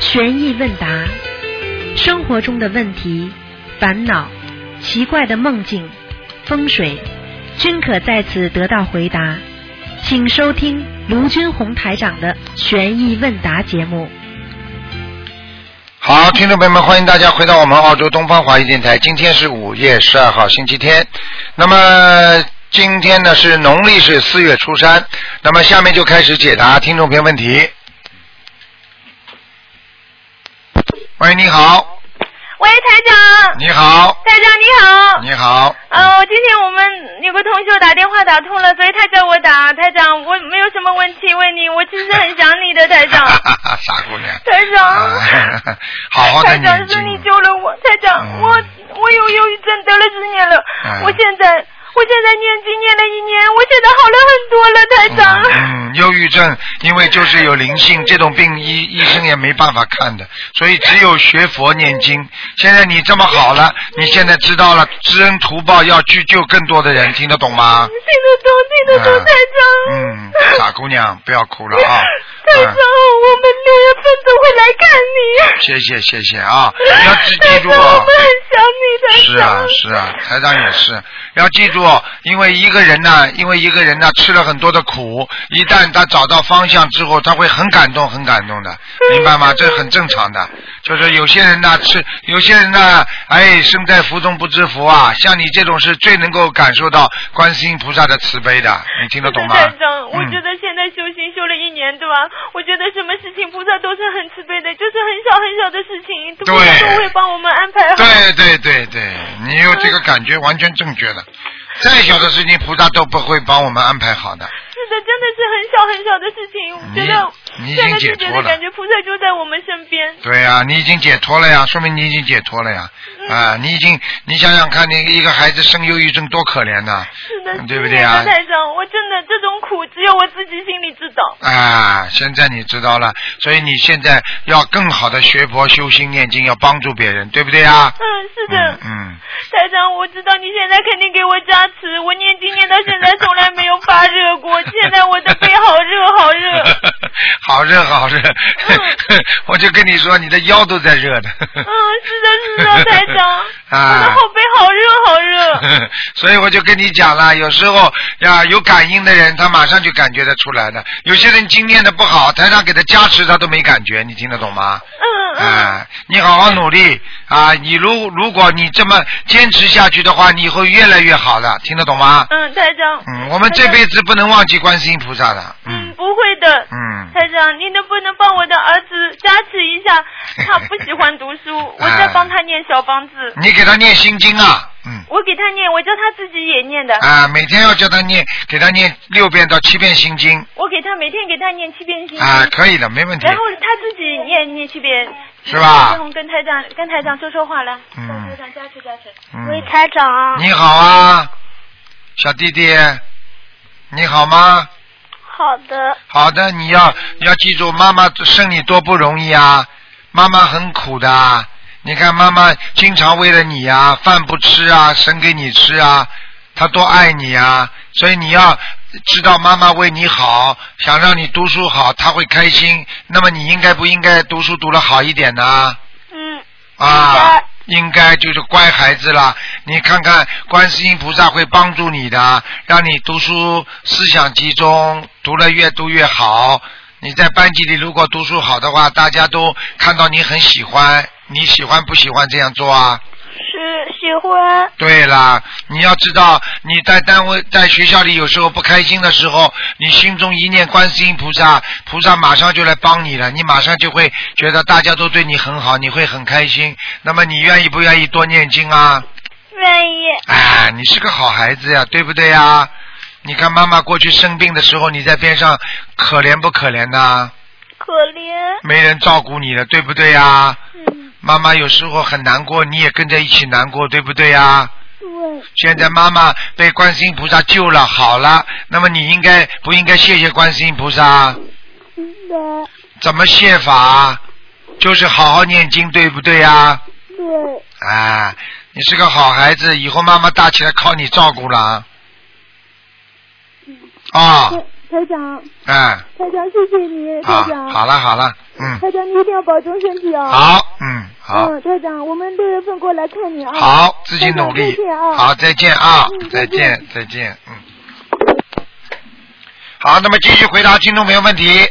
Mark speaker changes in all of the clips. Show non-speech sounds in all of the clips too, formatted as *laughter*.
Speaker 1: 悬疑问答，生活中的问题、烦恼、奇怪的梦境、风水，均可在此得到回答。请收听卢军红台长的悬疑问答节目。
Speaker 2: 好，听众朋友们，欢迎大家回到我们澳洲东方华语电台。今天是五月十二号，星期天。那么今天呢是农历是四月初三。那么下面就开始解答听众朋友问题。喂，你好，
Speaker 3: 喂，台长，
Speaker 2: 你好，
Speaker 3: 台长你好。
Speaker 2: 你好，
Speaker 3: 呃，今天我们有个同学打电话打通了，所以他叫我打台长，我没有什么问题问你，我其实很想你的台长，
Speaker 2: 哈哈哈， *laughs* 傻姑娘，
Speaker 3: 台长，
Speaker 2: 啊 *laughs* 好好的
Speaker 3: 台
Speaker 2: 念
Speaker 3: 长是你
Speaker 2: 经，
Speaker 3: 救了我，台
Speaker 2: 嗯
Speaker 3: 长，我我有忧郁症得了十年了
Speaker 2: 嗯，
Speaker 3: 我现在我现在念经念了一年，我现在好了很多了，台长， *laughs*
Speaker 2: 嗯，忧郁症，因为就是有灵性，这种病医医生也没办法看的，所以只有学佛念经。现在你这么好了，你现在知道了知恩图报，要去救更多的人，听得懂吗？
Speaker 3: 听得懂听
Speaker 2: 嗯
Speaker 3: 得懂，台长，
Speaker 2: 嗯，傻姑娘，不要哭了啊！
Speaker 3: 台长，
Speaker 2: 嗯，
Speaker 3: 我们六月份都会来看你。
Speaker 2: 谢谢谢谢啊！要
Speaker 3: *laughs*
Speaker 2: 记记住
Speaker 3: 台哎长我
Speaker 2: 啊
Speaker 3: 们。很想你，
Speaker 2: 是
Speaker 3: 台
Speaker 2: 啊
Speaker 3: 长。
Speaker 2: 是啊，台长也是。要记住，因为一个人呢，因为一个人呢吃了很多的苦，一旦他找到方向之后，他会很感动，很感动的，明白吗？这很正常的。就是有些人呢吃，有些人呢，哎，身在福中不知福啊。像你这种是最能够感受到观世音菩萨的慈悲的，你听得懂吗？
Speaker 3: 台长，我
Speaker 2: 嗯
Speaker 3: 觉得现在修行修了一年，对吧？我觉得什么事情菩萨都是很慈悲的，就是很小很小的事情，菩萨
Speaker 2: 对
Speaker 3: 都会帮我们安排好。
Speaker 2: 对对对对，你有这个感觉，完全正确的。再小的事情，菩萨都不会帮我们安排好的。
Speaker 3: 是的，真的是很小很小的事情。我觉得
Speaker 2: 你你已经
Speaker 3: 现在
Speaker 2: 解
Speaker 3: 就
Speaker 2: 脱
Speaker 3: 觉得
Speaker 2: 了
Speaker 3: 感觉菩萨就在我们身边。
Speaker 2: 对呀、你已经解脱了呀，说明你已经解脱了呀。
Speaker 3: 嗯
Speaker 2: 啊，你已经，你想想看，你一个孩子生忧郁症多可怜呐、
Speaker 3: 是的，
Speaker 2: 对不对啊
Speaker 3: 是的台长，我真的这种苦只有我自己心里知道。
Speaker 2: 啊！现在你知道了，所以你现在要更好的学佛修心念经，要帮助别人，对不对呀？
Speaker 3: 嗯，是的。
Speaker 2: 嗯嗯，
Speaker 3: 台长，我知道你现在肯定给我加持，我念经念到现在从来没有发热过，现在我的背好热
Speaker 2: *laughs*
Speaker 3: 好热。
Speaker 2: 嗯好热好热， *laughs* 我就跟你说，你的腰都在热的。
Speaker 3: 嗯，
Speaker 2: *laughs*
Speaker 3: 是的，是的，台长，我的
Speaker 2: 啊，
Speaker 3: 后背好热好热。
Speaker 2: *laughs* 所以我就跟你讲了，有时候呀，有感应的人，他马上就感觉得出来的。有些人经验的不好，台上给他加持，他都没感觉，你听得懂吗？
Speaker 3: 嗯嗯，
Speaker 2: 啊，你好好努力啊！你如如果你这么坚持下去的话，你会越来越好的，听得懂吗？
Speaker 3: 嗯，台长，
Speaker 2: 嗯，我们这辈子不能忘记观世音菩萨的。
Speaker 3: 嗯，
Speaker 2: 嗯
Speaker 3: 不会的。
Speaker 2: 嗯，
Speaker 3: 台长，你能不能帮我的儿子加持一
Speaker 2: *laughs*
Speaker 3: 下？他不喜欢读书，我在帮他念小房子，
Speaker 2: 你给他念心经啊，嗯。
Speaker 3: 我给他念，我叫他自己也念的，
Speaker 2: 啊，每天要叫他念，给他念六遍到七遍心经
Speaker 3: 我给他每天给他念七遍心经。
Speaker 2: 啊，可以的，没问题。
Speaker 3: 嗯然后他自己念念七遍，
Speaker 2: 是吧
Speaker 3: 志宏跟台长跟台长说说话来，
Speaker 2: 嗯
Speaker 3: 跟台长加持加持。
Speaker 2: 嗯
Speaker 4: 喂，。台长，
Speaker 2: 你好啊，小弟弟，你好吗？
Speaker 4: 好的，
Speaker 2: 好的，你要要记住，妈妈生你多不容易啊，妈妈很苦的啊。你看妈妈经常为了你啊，饭不吃啊，省给你吃啊，她多爱你啊，所以你要知道妈妈为你好，想让你读书好，她会开心。那么你应该不应该读书读了好一点呢、
Speaker 4: 嗯，
Speaker 2: 啊，应该就是乖孩子啦。你看看，观世音菩萨会帮助你的，让你读书思想集中，读了越读越好。你在班级里如果读书好的话，大家都看到你很喜欢，你喜欢不喜欢这样做啊？
Speaker 4: 是喜欢，
Speaker 2: 对啦，你要知道，你在单位、在学校里有时候不开心的时候，你心中一念观世音菩萨，菩萨马上就来帮你了，你马上就会觉得大家都对你很好，你会很开心。那么你愿意不愿意多念经啊？
Speaker 4: 愿意，
Speaker 2: 哎，你是个好孩子呀，对不对呀？你看妈妈过去生病的时候，你在边上可怜不可怜呐、
Speaker 4: 可怜，
Speaker 2: 没人照顾你了，对不对呀？
Speaker 4: 嗯，
Speaker 2: 妈妈有时候很难过，你也跟着一起难过，对不对呀？
Speaker 4: 对，
Speaker 2: 现在妈妈被观世音菩萨救了，好了，那么你应该不应该谢谢观世音菩萨？
Speaker 4: 应该，
Speaker 2: 怎么谢法？就是好好念经，对不对呀、
Speaker 4: 对，
Speaker 2: 啊？你是个好孩子，
Speaker 4: 嗯
Speaker 2: 以后妈妈大起来靠你照顾了啊。啊、
Speaker 4: 对台长，
Speaker 2: 哎，
Speaker 4: 台长，谢谢你，
Speaker 2: 好
Speaker 4: 台，长，
Speaker 2: 好了好了，嗯，
Speaker 4: 台长，你一定要保重身体哦。，
Speaker 2: 好，嗯，好，
Speaker 4: 嗯，台长，我们六月份过来看你啊。。
Speaker 3: 哦
Speaker 2: 好，自己努力
Speaker 4: 再见啊，
Speaker 2: 好，再见啊
Speaker 4: 嗯，
Speaker 2: 再
Speaker 4: 再
Speaker 2: 见
Speaker 4: 见，
Speaker 2: 再见，嗯。好，那么继续回答听众朋友问题。嗯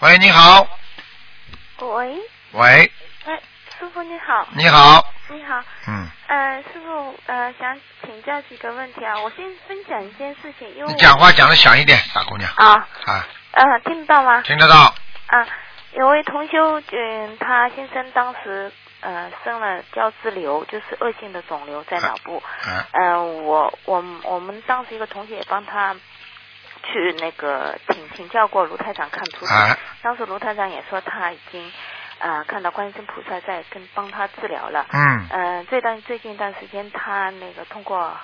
Speaker 2: 喂，你好，
Speaker 3: 喂，
Speaker 2: 喂，
Speaker 3: 哎、师傅你好，
Speaker 2: 你好，
Speaker 3: 你好，
Speaker 2: 嗯，
Speaker 3: 呃，师傅，呃，想请教几个问题啊。我先分享一件事情，因为
Speaker 2: 你讲话讲的响一点，傻姑娘
Speaker 3: 啊，
Speaker 2: 啊，
Speaker 3: 呃，听得到吗？
Speaker 2: 听得到，
Speaker 3: 啊，有位同修，嗯，他先生当时呃生了胶质瘤，就是恶性的肿瘤在脑部。
Speaker 2: 啊，
Speaker 3: 呃，我我们我们当时一个同学也帮他去那个请请教过卢台长看图腾。
Speaker 2: 啊，
Speaker 3: 当时卢台长也说他已经呃看到观世音菩萨在跟帮他治疗了。
Speaker 2: 嗯，
Speaker 3: 呃，这段最近一段时间，他那个通过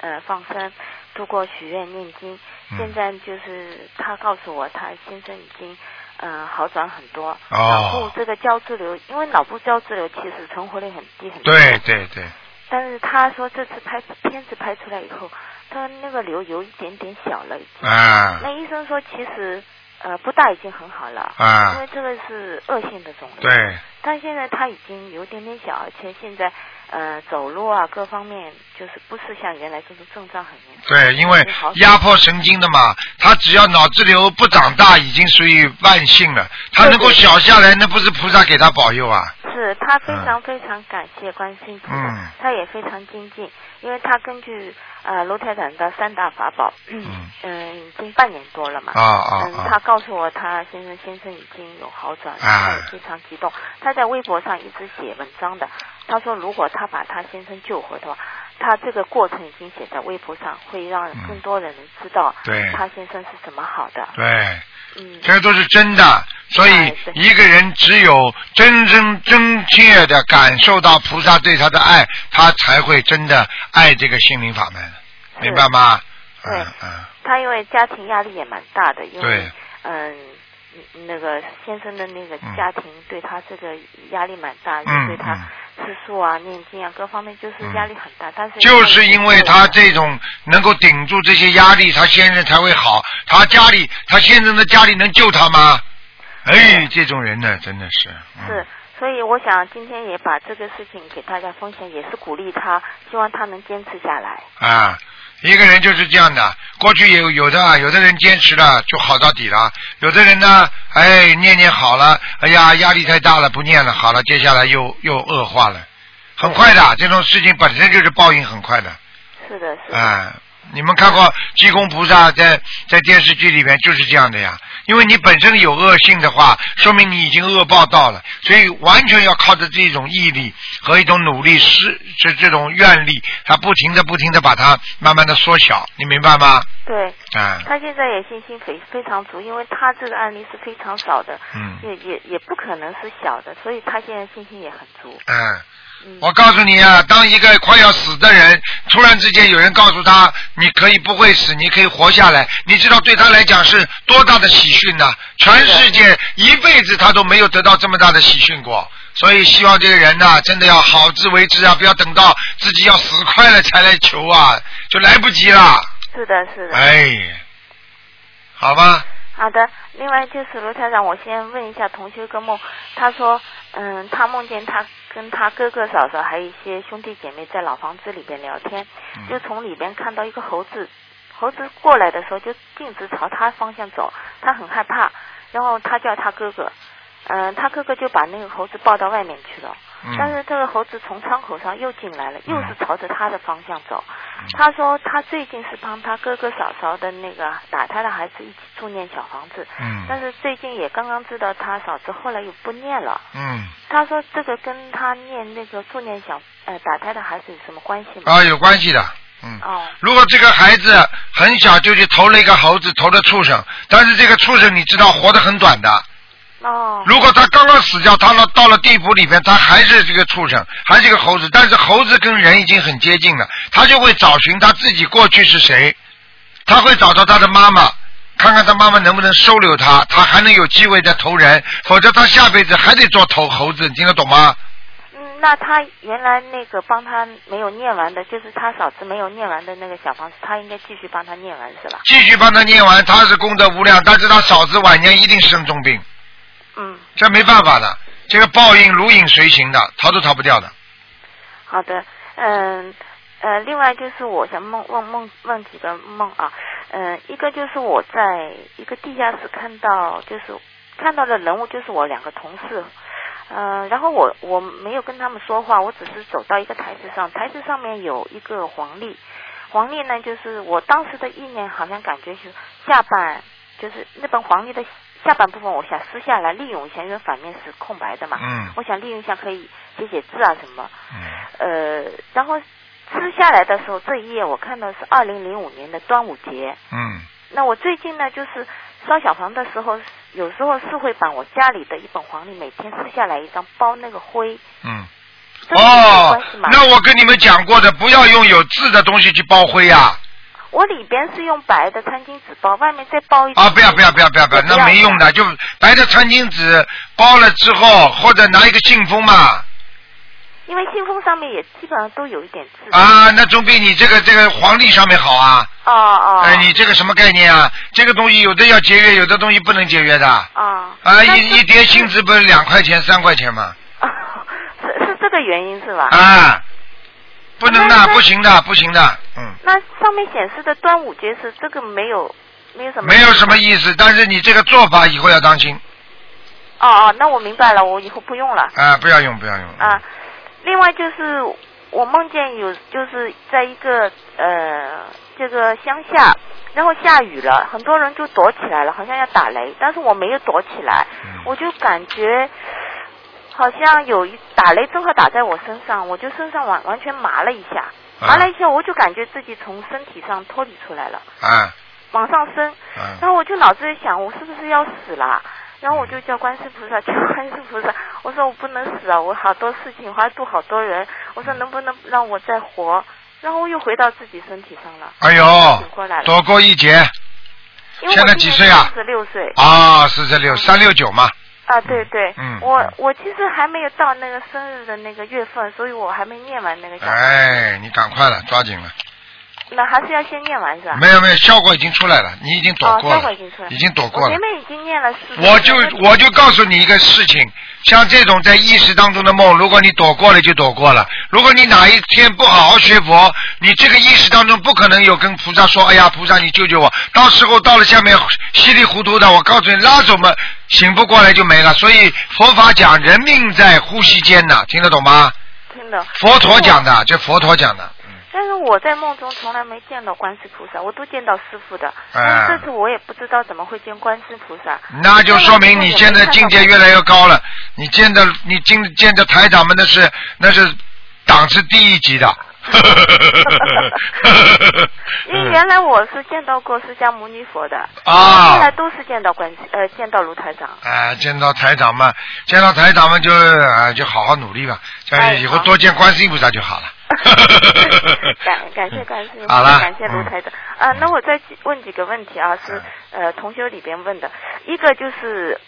Speaker 3: 呃放生，通过许愿念经，现
Speaker 2: 嗯，
Speaker 3: 在就是他告诉我，他先生已经嗯、呃好转很多。脑部
Speaker 2: 哦，
Speaker 3: 这个胶质瘤，因为脑部胶质瘤其实存活率很低很低。
Speaker 2: 对。对对，
Speaker 3: 但是他说这次拍片子拍出来以后，他那个瘤有一点点小了已经。
Speaker 2: 啊
Speaker 3: 那医生说其实呃不大已经很好了，因
Speaker 2: 啊，
Speaker 3: 为这个是恶性的肿瘤。
Speaker 2: 对，
Speaker 3: 但现在他已经有点点小，而且现在呃走路啊各方面就是不是像原来这种症状很严重。
Speaker 2: 对，因
Speaker 3: 嗯
Speaker 2: 为压迫神经的嘛，他只要脑滞瘤不长大，已经属于万幸了。他能够小下来，那不是菩萨给他保佑啊？
Speaker 3: 是他非常非常感谢观世音菩萨，
Speaker 2: 嗯
Speaker 3: 他也非常精进，因为他根据呃卢台长的三大法宝，嗯
Speaker 2: 嗯
Speaker 3: 已经半年多了嘛。
Speaker 2: 啊啊
Speaker 3: 嗯，他
Speaker 2: 啊！
Speaker 3: 告诉我，他先生先生已经有嗯好转了，
Speaker 2: 哎
Speaker 3: 他也非常激动。他在微博上一直写文章的，他说如果他把他先生救回的话，他这个过程已经写在微博上，会让
Speaker 2: 嗯
Speaker 3: 更多的人知道
Speaker 2: 对
Speaker 3: 他先生是怎么好的。
Speaker 2: 对，
Speaker 3: 嗯，
Speaker 2: 这都是真的。所以
Speaker 3: 哎对
Speaker 2: 一个人只有真真真切的感受到菩萨对他的爱，他才会真的爱这个心灵法门，
Speaker 3: 是
Speaker 2: 明白吗？
Speaker 3: 对
Speaker 2: 嗯嗯，
Speaker 3: 他因为家庭压力也蛮大的，因为
Speaker 2: 对
Speaker 3: 嗯。那个先生的那个
Speaker 2: 嗯
Speaker 3: 家庭对他这个压力蛮大，
Speaker 2: 嗯
Speaker 3: 对他
Speaker 2: 嗯。
Speaker 3: 吃素啊、念经啊各方面就是
Speaker 2: 嗯
Speaker 3: 压力很大。但是
Speaker 2: 就是因为他这种能够顶住这些压力，他先生才会好。他家里，他先生的家里能救他吗？哎，这种人呢，真的是。嗯、
Speaker 3: 是，所以我想今天也把这个事情给大家分享，也是鼓励他，希望他能坚持下来。
Speaker 2: 啊，一个人就是这样的。过去有有的啊，有的人坚持了就好到底了，有的人呢，哎，念念好了，哎呀，压力太大了，不念了，好了，接下来又又恶化了，很快的，这种事情本身就是报应，很快的。
Speaker 3: 是的，是的，
Speaker 2: 啊，你们看过济公菩萨在在电视剧里面就是这样的呀，因为你本身有恶性的话，说明你已经恶报到了，所以完全要靠着这种毅力和一种努力，是这这种愿力，它不停的不停的把它慢慢的缩小，你明白吗？
Speaker 3: 对
Speaker 2: 啊，
Speaker 3: 他现在也信心非非常足，因为他这个案例是非常少的，
Speaker 2: 嗯
Speaker 3: 也也也不可能是小的，所以他现在信心也很足。
Speaker 2: 嗯。
Speaker 3: 嗯，
Speaker 2: 我告诉你啊，当一个快要死的人突然之间有人告诉他，你可以不会死，你可以活下来，你知道对他来讲是多大的喜讯呐！全世界一辈子他都没有得到这么大的喜讯过，所以希望这个人呐、真的要好自为之啊，不要等到自己要死快了才来求啊，就来不及了。
Speaker 3: 是的，是的。
Speaker 2: 哎，好吧，
Speaker 3: 好的，另外就是卢台长，我先问一下同修一个梦，他说，嗯，他梦见他跟他哥哥、嫂嫂还有一些兄弟姐妹在老房子里边聊天，
Speaker 2: 嗯
Speaker 3: 就从里边看到一个猴子，猴子过来的时候就径直朝他方向走，他很害怕，然后他叫他哥哥，嗯、他哥哥就把那个猴子抱到外面去了，但
Speaker 2: 嗯
Speaker 3: 是这个猴子从窗口上又进来了，又是朝着他的方向走
Speaker 2: 嗯。
Speaker 3: 他说他最近是帮他哥哥嫂嫂的那个打胎的孩子一起住念小房子，但
Speaker 2: 嗯
Speaker 3: 是最近也刚刚知道他嫂子后来又不念了。
Speaker 2: 嗯
Speaker 3: 他说这个跟他念那个助念小呃打胎的孩子有什么关系吗？
Speaker 2: 啊，有关系的，嗯。
Speaker 3: 哦，
Speaker 2: 如果这个孩子很小就去投了一个猴子，投了畜生，但是这个畜生你知道活得很短的。
Speaker 3: 哦，
Speaker 2: 如果他刚刚死掉，他到到了地府里面，他还是这个畜生，还是个猴子，但是猴子跟人已经很接近了，他就会找寻他自己过去是谁，他会找到他的妈妈，看看他妈妈能不能收留他，他还能有机会再投人，否则他下辈子还得做投猴子，你听得懂吗？
Speaker 3: 嗯，
Speaker 5: 那他原来那个帮他没有念完的，就是他嫂子没有念完的那个小房子，他应该继续帮他念完是吧？
Speaker 2: 继续帮他念完，他是功德无量，但是他嫂子晚年一定生重病，
Speaker 5: 嗯，
Speaker 2: 这没办法的，这个报应如影随形的，逃都逃不掉的。
Speaker 5: 好的，嗯呃，另外就是我想梦问梦问几个梦啊，嗯、一个就是我在一个地下室看到，就是看到的人物就是我两个同事，呃，然后我我没有跟他们说话，我只是走到一个台子上，台子上面有一个黄历，黄历呢就是我当时的意念好像感觉是下半就是那本黄历的下半部分，我想撕下来利用一下，因为反面是空白的嘛，
Speaker 2: 嗯
Speaker 5: 我想利用一下可以写写字啊什么。
Speaker 2: 嗯
Speaker 5: 呃，然后撕下来的时候，这一页我看到是二零零五年的端午节。
Speaker 2: 嗯
Speaker 5: 那我最近呢，就是烧小房的时候，有时候是会把我家里的一本黄历每天撕下来一张，包那个灰。
Speaker 2: 嗯。
Speaker 5: 这个有
Speaker 2: 哦
Speaker 5: 关系吗，？
Speaker 2: 那我跟你们讲过的，不要用有字的东西去包灰啊呀、
Speaker 5: 我里边是用白的餐巾纸包，外面再包一
Speaker 2: 啊，不要不要不要不要不要，那没用的，就白的餐巾纸包了之后，或者拿一个信封嘛，
Speaker 5: 因为信封上面也基本上都有一点字。
Speaker 2: 啊，那总比你这个这个黄历上面好啊。
Speaker 5: 哦哦。
Speaker 2: 哎，你这个什么概念啊？这个东西有的要节约，有的东西不能节约的。
Speaker 5: 啊。
Speaker 2: 啊，
Speaker 5: 那
Speaker 2: 一
Speaker 5: 这
Speaker 2: 一叠薪资不是两块钱三块钱吗？
Speaker 5: *laughs* 是是这个原因是吧？
Speaker 2: 啊，不能
Speaker 5: 那
Speaker 2: 的，
Speaker 5: 那
Speaker 2: 不行的，不行的，嗯，
Speaker 5: 那上面显示的端午节是这个没有没有什么
Speaker 2: 没有什么意思。但是你这个做法以后要当心
Speaker 5: 哦哦，那我明白了，我以后不用了
Speaker 2: 啊，不要用，不要用。
Speaker 5: 啊。另外就是我梦见有，就是在一个呃这个乡下，然后下雨了，很多人就躲起来了，好像要打雷，但是我没有躲起来，
Speaker 2: 嗯
Speaker 5: 我就感觉好像有一打雷正好打在我身上，我就身上完完全麻了一下，
Speaker 2: 啊
Speaker 5: 麻了一下，我就感觉自己从身体上脱离出来了，
Speaker 2: 啊
Speaker 5: 往上升，
Speaker 2: 啊
Speaker 5: 然后我就脑子里想，我是不是要死了？然后我就叫观世菩萨，叫 *laughs* 观世菩萨，我说我不能死啊，我好多事情，我还要度好多人，我说能不能让我再活？然后我又回到自己身体上了，
Speaker 2: 哎呦
Speaker 5: 醒，过来了。
Speaker 2: 躲过一劫
Speaker 5: 因为
Speaker 2: 现
Speaker 5: 我
Speaker 2: 在
Speaker 5: 今
Speaker 2: 几
Speaker 5: 年
Speaker 2: 岁啊
Speaker 5: 十六岁
Speaker 2: 啊，四十
Speaker 5: 嗯
Speaker 2: 六三六九嘛，
Speaker 5: 啊，对对，
Speaker 2: 嗯
Speaker 5: 我我其实还没有到那个生日的那个月份，所以我还没念完那个小，
Speaker 2: 哎，你赶快了，抓紧了。
Speaker 5: 那还是要先念完是吧？
Speaker 2: 没有没有，效果已经出来了，你已经躲
Speaker 5: 啊哦，
Speaker 2: 过
Speaker 5: 待
Speaker 2: 了
Speaker 5: 会，已经出来，
Speaker 2: 已经躲过
Speaker 5: 我
Speaker 2: 了
Speaker 5: 前。面已经念了四十
Speaker 2: *laughs*
Speaker 5: 遍，
Speaker 2: 我就
Speaker 5: 但是
Speaker 2: 我就告诉你一个事情，像这种在意识当中的梦，如果你躲过了就躲过了。如果你哪一天不好好学佛，你这个意识当中不可能有跟菩萨说：“哎呀，菩萨你救救我！”到时候到了下面稀里糊涂的，我告诉你，拉走嘛，醒不过来就没了。所以佛法讲人命在呼吸间呐，听得懂吗？
Speaker 5: 听懂。
Speaker 2: 佛陀讲的，这佛陀讲的，
Speaker 5: 但是我在梦中从来没见到观世菩萨，我都见到师傅的。
Speaker 2: 哎
Speaker 5: 但是这次我也不知道怎么会见观世菩萨。
Speaker 2: 那就说明你现在境界越来越高了。你见的你见见的台长们那是那是档次第一级
Speaker 5: *laughs*
Speaker 2: 的。
Speaker 5: 因为原来我是见到过释迦牟尼佛的，
Speaker 2: 嗯啊
Speaker 5: 后来都是见到观世呃见到卢台长。
Speaker 2: 啊，见到台长们，见到台长们就啊，就好好努力吧，
Speaker 5: 哎
Speaker 2: 像以后
Speaker 5: 好。
Speaker 2: 多见观世音菩萨就好了
Speaker 5: *laughs* 感感谢观世
Speaker 2: *laughs*
Speaker 5: 音菩
Speaker 2: 好
Speaker 5: 萨，
Speaker 2: 了，嗯
Speaker 5: 感谢卢台长。啊，那我再几问几个问题啊，是呃同学里边问的，一个就是。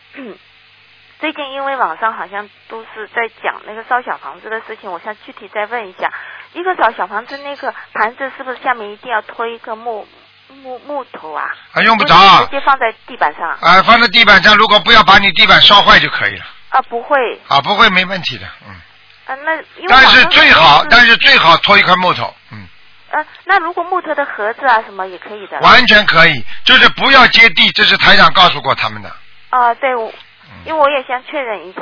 Speaker 5: 最近因为网上好像都是在讲那个烧小房子的事情，我想具体再问一下，一个烧小房子那个盘子是不是下面一定要拖一个木木木头啊？
Speaker 2: 啊用不着
Speaker 5: 是直接放在地板上啊
Speaker 2: 啊，放在地板上，如果不要把你地板烧坏就可以了，
Speaker 5: 啊？不会
Speaker 2: 啊，不会没问题的，嗯。
Speaker 5: 啊？那因为
Speaker 2: 但
Speaker 5: 网
Speaker 2: 是
Speaker 5: 上
Speaker 2: 最好
Speaker 5: 是，
Speaker 2: 但是最好拖一块木头，嗯。
Speaker 5: 呃，那如果木头的盒子啊什么也可以的
Speaker 2: 完全可以，就是不要接地，这是台长告诉过他们的。
Speaker 5: 啊？对，我因
Speaker 2: 嗯
Speaker 5: 为我也想确认一下，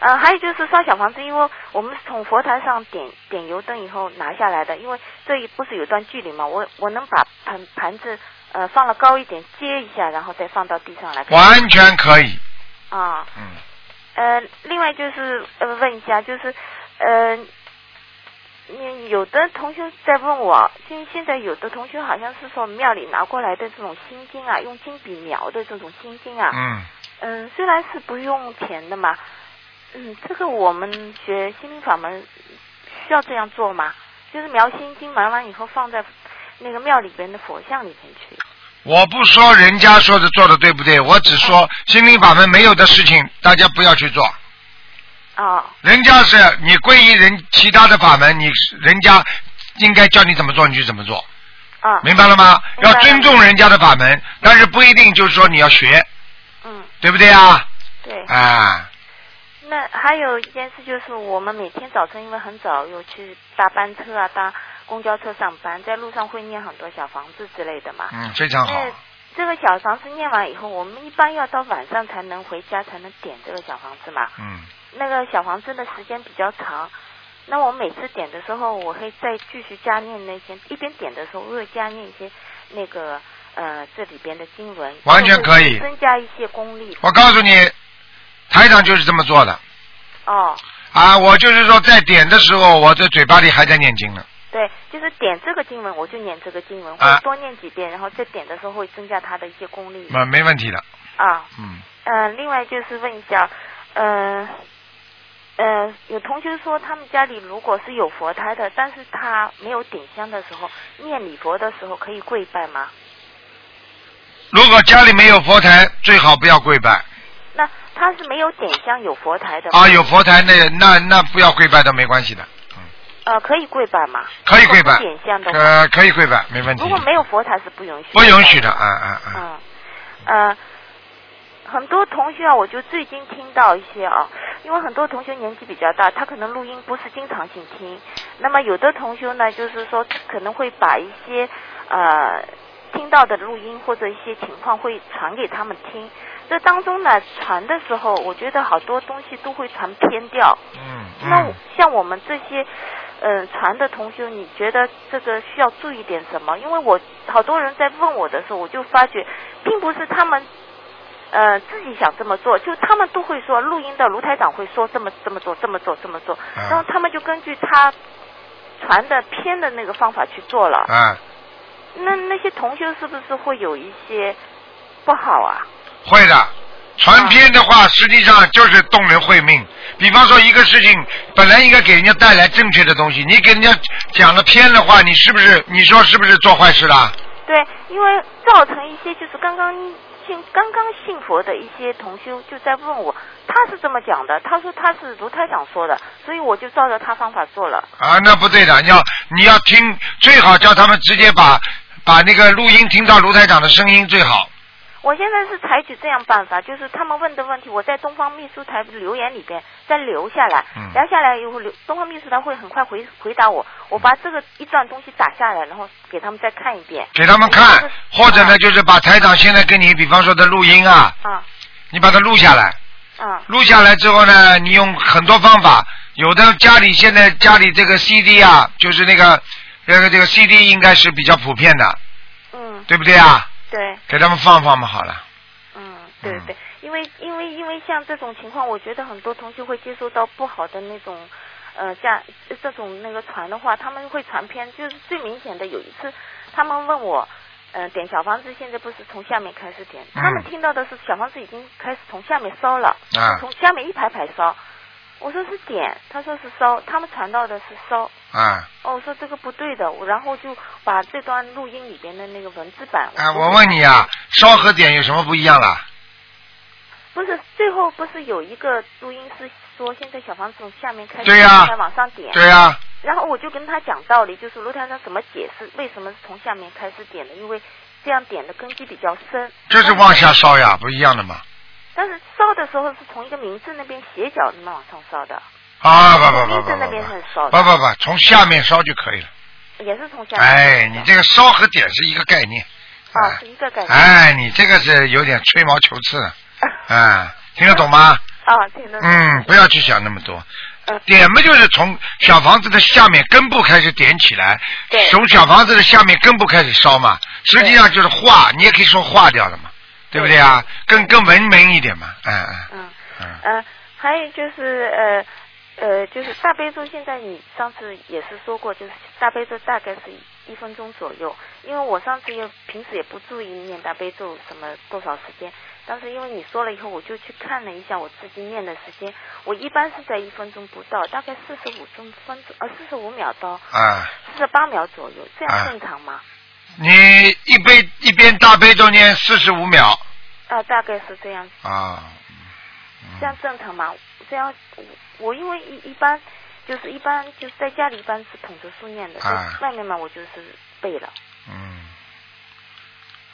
Speaker 5: 呃，还有就是烧小房子，因为我们是从佛台上点点油灯以后拿下来的，因为这一不是有段距离嘛，我我能把盘盘子呃放了高一点接一下，然后再放到地上来
Speaker 2: 完全可以，
Speaker 5: 啊。
Speaker 2: 嗯，
Speaker 5: 呃，另外就是呃问一下，就是呃，你有的同学在问我，现现在有的同学好像是从庙里拿过来的这种心经啊，用金笔描的这种心经啊，
Speaker 2: 嗯，
Speaker 5: 嗯，虽然是不用钱的嘛，嗯，这个我们学心灵法门需要这样做吗？就是描心经，描完以后放在那个庙里边的佛像里面去。
Speaker 2: 我不说人家说
Speaker 5: 啊
Speaker 2: 的做的对不对，我只说心灵法门没有的事情，大家不要去做，
Speaker 5: 哦，
Speaker 2: 人家是你皈依人其他的法门，你人家应该教你怎么做你就怎么做，
Speaker 5: 嗯，
Speaker 2: 明白了吗？
Speaker 5: 明白
Speaker 2: 要
Speaker 5: 了
Speaker 2: 尊重人家的法门，但是不一定就是说你要学，
Speaker 5: 嗯，
Speaker 2: 对不对啊？
Speaker 5: 对。
Speaker 2: 啊，
Speaker 5: 那还有一件事就是，我们每天早晨因为很早有去搭班车啊、搭公交车上班，在路上会念很多小房子之类的嘛。
Speaker 2: 嗯，非常好
Speaker 5: 那。这个小房子念完以后，我们一般要到晚上才能回家，才能点这个小房子嘛。
Speaker 2: 嗯，
Speaker 5: 那个小房子的时间比较长，那我每次点的时候，我会再继续加念那些，一边点的时候我会加念一些那个呃这里边的经文，
Speaker 2: 完全可以
Speaker 5: 会增加一些功力
Speaker 2: 我告诉你，台长就是这么做的
Speaker 5: 哦。
Speaker 2: 啊！我就是说在点的时候，我这嘴巴里还在念经呢。
Speaker 5: 对，就是点这个经文，我就念这个经文，
Speaker 2: 啊
Speaker 5: 会多念几遍，然后再点的时候会增加他的一些功力
Speaker 2: 那没问题的，
Speaker 5: 啊。
Speaker 2: 嗯，
Speaker 5: 嗯，另外就是问一下，嗯、呃，呃，有同学说他们家里如果是有佛台的，但是他没有点香的时候，念礼佛的时候可以跪拜吗？
Speaker 2: 如果家里没有佛台，最好不要跪拜
Speaker 5: 那他是没有点香有佛台的吗
Speaker 2: 啊。有佛台那那那不要跪拜都没关系的，
Speaker 5: 呃，可以跪拜吗？
Speaker 2: 可以跪拜
Speaker 5: 如果不点香的话，
Speaker 2: 呃，可以跪拜，没问题
Speaker 5: 如。果没有佛台是不允许，
Speaker 2: 不允许的，。啊啊啊！
Speaker 5: 嗯，呃，很多同学啊，我就最近听到一些啊，因为很多同学年纪比较大，他可能录音不是经常性听，那么有的同学呢，就是说可能会把一些呃听到的录音或者一些情况会传给他们听。这当中呢，传的时候，我觉得好多东西都会传偏掉。
Speaker 2: 嗯
Speaker 5: 那
Speaker 2: 嗯，
Speaker 5: 像我们这些，呃，传的同学，你觉得这个需要注意点什么？因为我好多人在问我的时候，我就发觉，并不是他们，呃，自己想这么做，就他们都会说录音的卢台长会说这么这么做，这么做，这么做，然后他们就根据他传的偏的那个方法去做了。
Speaker 2: 啊，
Speaker 5: 那那些同学是不是会有一些不好啊？
Speaker 2: 会的。传偏的话，实际上就是动人慧命。比方说，一个事情本来应该给人家带来正确的东西，你给人家讲了偏的话，你是不是？你说是不是做坏事了？
Speaker 5: 对，因为造成一些就是刚刚信刚刚信佛的一些同修就在问我，他是这么讲的，他说他是卢台长说的，所以我就照着他方法做了。
Speaker 2: 啊，那不对的，你要你要听，最好叫他们直接把把那个录音听到卢台长的声音最好。
Speaker 5: 我现在是采取这样办法，就是他们问的问题，我在东方秘书台留言里边再留下来，
Speaker 2: 嗯
Speaker 5: 留下来以后，留东方秘书台会很快回回答我。我把这个一段东西打下来，然后给他们再看一遍。
Speaker 2: 给他们看
Speaker 5: 就是，
Speaker 2: 或者呢，就是把台长现在跟你，比方说的录音啊，
Speaker 5: 啊
Speaker 2: 你把它录下来，
Speaker 5: 啊
Speaker 2: 录下来之后呢，你用很多方法，有的家里现在家里这个 CD 啊，就是那个那个这个 CD 应该是比较普遍的，
Speaker 5: 嗯，
Speaker 2: 对不对啊？
Speaker 5: 对。
Speaker 2: 给他们放放嘛，好了。
Speaker 5: 嗯，对
Speaker 2: 嗯
Speaker 5: 对，因为因为因为像这种情况，我觉得很多同学会接受到不好的那种，呃，价这种那个传的话，他们会传偏，就是最明显的有一次，他们问我，呃，点小房子现在不是从下面开始点，他们
Speaker 2: 嗯
Speaker 5: 听到的是小房子已经开始从下面烧了，
Speaker 2: 啊
Speaker 5: 从下面一排排烧，我说是点，他说是烧，他们传到的是烧，
Speaker 2: 啊
Speaker 5: 哦，我说这个不对的，我然后就把这段录音里边的那个文字版，
Speaker 2: 啊！
Speaker 5: 都
Speaker 2: 我
Speaker 5: 给
Speaker 2: 问你啊，烧和点有什么不一样啦？
Speaker 5: 不是，最后不是有一个录音师说，现在小房子从下面开始，
Speaker 2: 对呀
Speaker 5: 再往上点。
Speaker 2: 对啊呀、
Speaker 5: 然后我就跟他讲道理，就是卢台长怎么解释，为什么是从下面开始点的？因为这样点的根基比较深。
Speaker 2: 就是往下烧呀，不一样的嘛。
Speaker 5: 但是烧的时候是从一个名字那边斜角那么往上烧的，
Speaker 2: 啊，不不不
Speaker 5: 名
Speaker 2: 不
Speaker 5: 字那
Speaker 2: 不
Speaker 5: 边
Speaker 2: 不
Speaker 5: 是烧
Speaker 2: 不
Speaker 5: 的，
Speaker 2: 不不，从下面烧就可以了。
Speaker 5: 也是从下面。
Speaker 2: 哎，你这个烧和点是一个概念。
Speaker 5: 啊是一个概念
Speaker 2: 哎，你这个是有点吹毛求疵了。啊，听得懂吗？
Speaker 5: *laughs* 啊，这个
Speaker 2: 嗯，不要去想那么多
Speaker 5: 嗯。
Speaker 2: 点嘛，就是从小房子的下面根部开始点起来，
Speaker 5: 对
Speaker 2: 从小房子的下面根部开始烧嘛。实际上就是化，你也可以说化掉了嘛，对不对啊？更更文明一点嘛，嗯嗯
Speaker 5: 嗯。
Speaker 2: 嗯。
Speaker 5: 呃，还有就是呃呃，就是大悲咒，现在你上次也是说过，就是大悲咒大概是一分钟左右，因为我上次也平时也不注意念大悲咒什么多少时间，但是因为你说了以后，我就去看了一下我自己念的时间，我一般是在一分钟不到，大概四十五分分钟呃四十五秒到
Speaker 2: 啊，
Speaker 5: 四十八秒左右，这
Speaker 2: 啊
Speaker 5: 样正常吗？
Speaker 2: 你一杯一边大悲咒念四十五秒
Speaker 5: 啊、大概是这样，
Speaker 2: 啊，
Speaker 5: 这样正常吗？这样，我我因为一一般就是一般就是在家里一般是捧着书念的，
Speaker 2: 啊
Speaker 5: 在外面嘛我就是背
Speaker 2: *laughs*
Speaker 5: 了。
Speaker 2: 嗯，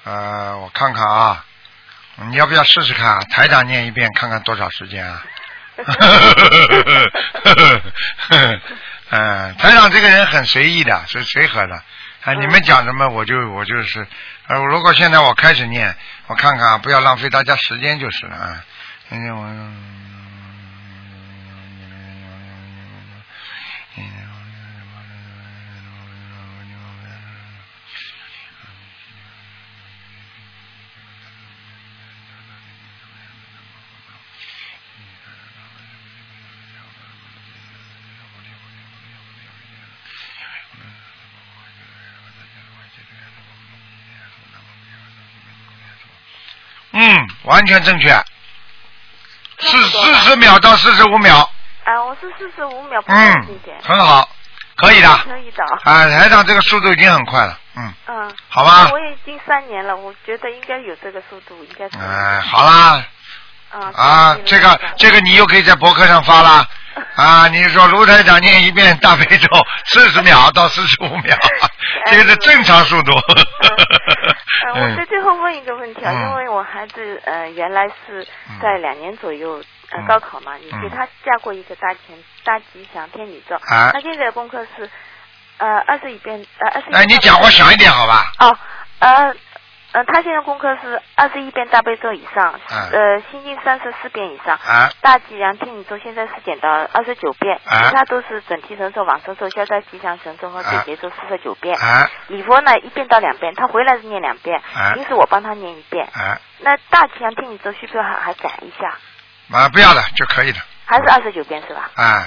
Speaker 2: 呃，我看看啊，你要不要试试看啊？台长念一遍，看看多少时间啊？ *laughs* 嗯，台长这个人很随意的，是随和的。啊，你们讲什么我就我就是，呃，如果现在我开始念，我看看啊，不要浪费大家时间就是了啊。嗯，我。嗯，完全正确，四四十秒到四十五秒，
Speaker 5: 啊，我是四十五秒不到一
Speaker 2: 嗯
Speaker 5: 点，，
Speaker 2: 很好，可以的。
Speaker 5: 可以的。
Speaker 2: 啊，台长这个速度已经很快了，嗯，
Speaker 5: 嗯，
Speaker 2: 好吧
Speaker 5: 我，已经三年了，我觉得应该有这个速度，应该是。
Speaker 2: 哎、好啦，
Speaker 5: 嗯
Speaker 2: 啊，这个这个你又可以在博客上发啦，啊，你说卢台长念一遍大悲咒四十秒到四十五秒，这个是正常速度， *laughs*
Speaker 5: 呃，嗯我再最后问一个问题啊，
Speaker 2: 嗯
Speaker 5: 因为我孩子呃原来是在两年左右呃
Speaker 2: 嗯
Speaker 5: 高考嘛，你
Speaker 2: 嗯
Speaker 5: 给他下过一个大前大吉祥天女咒，
Speaker 2: 啊
Speaker 5: 他现在功课哎是呃二十一遍呃二十一。
Speaker 2: 哎，你讲话响一点好吧？
Speaker 5: 哦，呃呃，他现在功课是二十一遍大悲咒以上，
Speaker 2: 嗯
Speaker 5: 呃心经三十四遍以上，
Speaker 2: 啊，
Speaker 5: 大吉祥天女咒现在是减到二十九遍，
Speaker 2: 啊
Speaker 5: 其他都是准提神咒、往生咒、消灾吉祥神咒和对节咒四十九遍。
Speaker 2: 啊，
Speaker 5: 礼佛呢一遍到两遍，他回来是念两遍
Speaker 2: 啊，
Speaker 5: 平时我帮他念一遍。
Speaker 2: 啊，
Speaker 5: 那大吉祥天女咒需不需要还还改一下？
Speaker 2: 啊，不要了就可以了，
Speaker 5: 还是二十九遍是吧？
Speaker 2: 啊，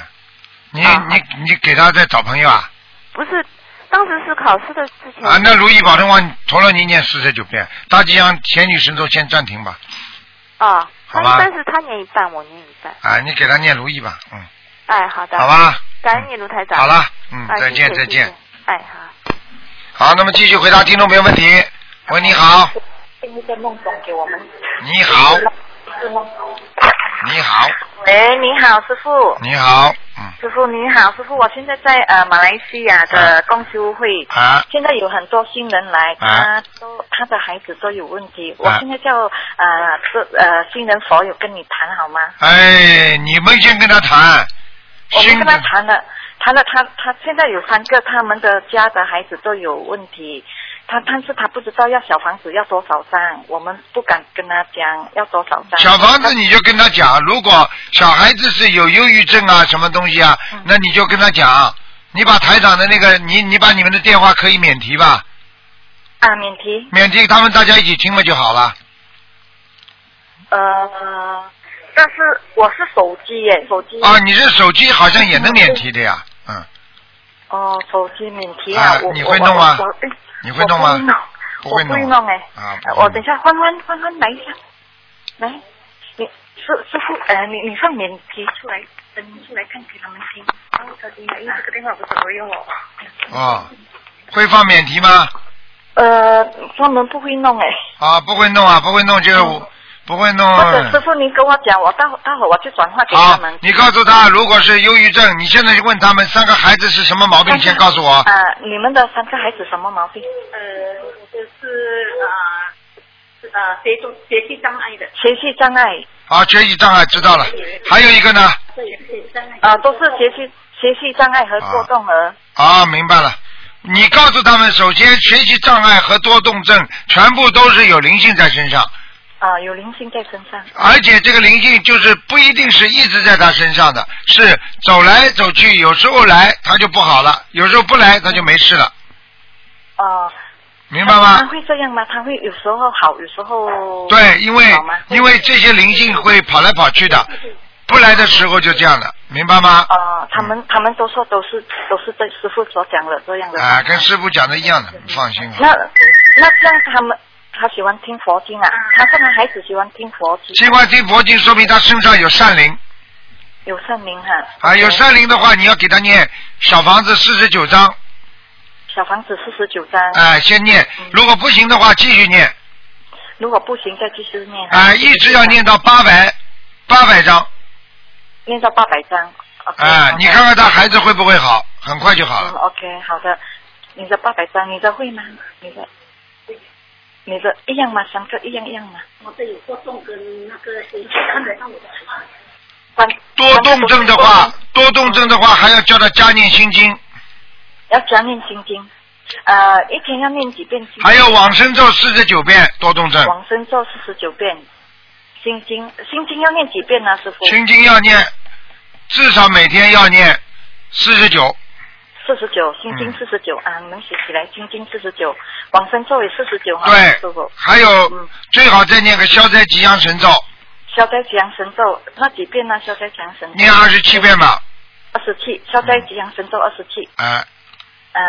Speaker 2: 你
Speaker 5: 啊
Speaker 2: 你你给他再找朋友啊？
Speaker 5: 不是，当时是考试的之前。
Speaker 2: 啊，那如意宝灯王陀罗尼念四十九遍，大吉祥前女神咒先暂停吧，
Speaker 5: 啊，
Speaker 2: 好吧
Speaker 5: 但是他念一半，我念一半。
Speaker 2: 啊，你给他念如意吧，嗯，
Speaker 5: 哎，好的。
Speaker 2: 好。吧。
Speaker 5: 感恩你卢台长。
Speaker 2: 好了，嗯
Speaker 5: 哎，，
Speaker 2: 再见
Speaker 5: 谢谢
Speaker 2: 再见。。
Speaker 5: 谢谢哎，好。
Speaker 2: 好，那么继续回答听众朋友问题。喂，你好，
Speaker 6: 一个梦总给我们。
Speaker 2: 你好，你好，
Speaker 6: 喂，你好，师傅。
Speaker 2: 你好，嗯，
Speaker 6: 师傅你好，师傅，我现在在呃马来西亚的共修会，
Speaker 2: 啊，
Speaker 6: 现在有很多新人来，
Speaker 2: 啊
Speaker 6: 他都他的孩子都有问题，我
Speaker 2: 啊
Speaker 6: 现在叫呃这呃新人佛友跟你谈好吗？
Speaker 2: 哎，你们先跟他谈，
Speaker 6: 我们
Speaker 2: 新
Speaker 6: 跟他谈了，谈了他他现在有三个他们的家的孩子都有问题，他但是他不知道要小房子要多少张，我们不敢跟他讲要多少张。
Speaker 2: 小房子你就跟他讲，如果小孩子是有忧郁症啊，什么东西啊，
Speaker 6: 嗯
Speaker 2: 那你就跟他讲，你把台长的那个，你你把你们的电话可以免提吧，
Speaker 6: 啊，免提。
Speaker 2: 免提他们大家一起听了就好了。
Speaker 6: 呃，但是我是手机耶，手机
Speaker 2: 啊，你这手机好像也能免提的呀，嗯，
Speaker 6: 哦，手机免提
Speaker 2: 啊
Speaker 6: 啊，我
Speaker 2: 你会弄吗
Speaker 6: 我我哎
Speaker 2: 你会弄吗
Speaker 6: 我不会
Speaker 2: 不
Speaker 6: 弄我
Speaker 2: 会
Speaker 6: 不
Speaker 2: 弄啊
Speaker 6: 会弄哎，
Speaker 2: 啊，
Speaker 6: 呃我等一下，欢欢欢欢来一下，来，你师师傅，呃，你你放免提出来，登出来看给他们听。哦，小心因为这个电话不怎么用哦。
Speaker 2: 哦，会放免提吗？
Speaker 6: 呃，他们不会弄哎，
Speaker 2: 啊，不会弄啊，不会弄就、不会弄。
Speaker 6: 嗯
Speaker 2: 啊
Speaker 6: 或者师傅你跟我讲，我待会待会我去转化给他
Speaker 2: 嗯好
Speaker 6: 们，。
Speaker 2: 你告诉他，如果是忧郁症，你现在就问他们三个孩子是什么毛
Speaker 6: *laughs*
Speaker 2: 病，先告诉我。
Speaker 6: 啊、你们的三个孩子什么毛病？
Speaker 3: 呃，就是啊啊学中学习障碍的，
Speaker 6: 学习障碍，
Speaker 2: 啊，学习障碍知道了，还有一个呢，
Speaker 3: 学习障碍。
Speaker 6: 啊，都是学习学习障碍和过动儿。
Speaker 2: 啊，明白了。你告诉他们，首先学习障碍和多动症全部都是有灵性在身上，
Speaker 6: 啊，有灵性在身上。
Speaker 2: 而且这个灵性就是不一定是一直在他身上的，是走来走去，有时候来他就不好了，有时候不来他就没事了，
Speaker 6: 啊，
Speaker 2: 明白吗？
Speaker 6: 他会这样吗？他会有时候好，有时候
Speaker 2: 对，因为
Speaker 6: 好吗
Speaker 2: 因为这些灵性会跑来跑去的，不来的时候就这样的，明白吗？
Speaker 6: 啊，他
Speaker 2: 嗯
Speaker 6: 们他们都说都是都是对师傅所讲的这样的。
Speaker 2: 啊，跟师傅讲的一样的，你放心
Speaker 6: 那
Speaker 2: 吧。
Speaker 6: 那这样他们他喜欢听佛经啊，他说他孩子喜欢听佛经，
Speaker 2: 喜欢听佛经，说明他身上有善灵
Speaker 6: 有圣灵哈。
Speaker 2: 啊，有善灵的话，你要给他念小房子四十九章，
Speaker 6: 小房子四十九章，
Speaker 2: 哎，先念，如果不行的话继续念，啊
Speaker 6: 如果不行再继续念。
Speaker 2: 哎，一直要念到八百八百章，
Speaker 6: 念到八百张。OK，
Speaker 2: 哎，
Speaker 6: 好的
Speaker 2: 你看看他孩子会不会好，很快就好
Speaker 6: 嗯
Speaker 2: 了。
Speaker 6: ，OK，好的。你的八百张，你的会吗？你的，你的一样吗？三个一样一样吗？
Speaker 7: 我这有过动跟那个谁看得到我的孩子。
Speaker 6: 三
Speaker 2: 多动症的话，，多动症的话还要叫他加念心经，
Speaker 6: 要加念心经，呃，一天要念几遍心经？
Speaker 2: 还有往生咒四十九遍，多动症。
Speaker 6: 往生咒四十九遍，心经心经要念几遍呢、师傅？
Speaker 2: 心经要念，至少每天要念四十九。
Speaker 6: 四十九，心经
Speaker 2: 嗯
Speaker 6: 四十九啊，你们写起来，心经四十九，往生咒也四十九哈，
Speaker 2: 对
Speaker 6: 师傅。，
Speaker 2: 还有
Speaker 6: 嗯
Speaker 2: 最好再念个消灾吉祥神咒，
Speaker 6: 消灾吉祥神咒那几遍呢？消灾吉祥神咒
Speaker 2: 念二十七遍吧。
Speaker 6: 二十七，消灾吉祥神咒二十七，
Speaker 2: 哎，
Speaker 6: 呃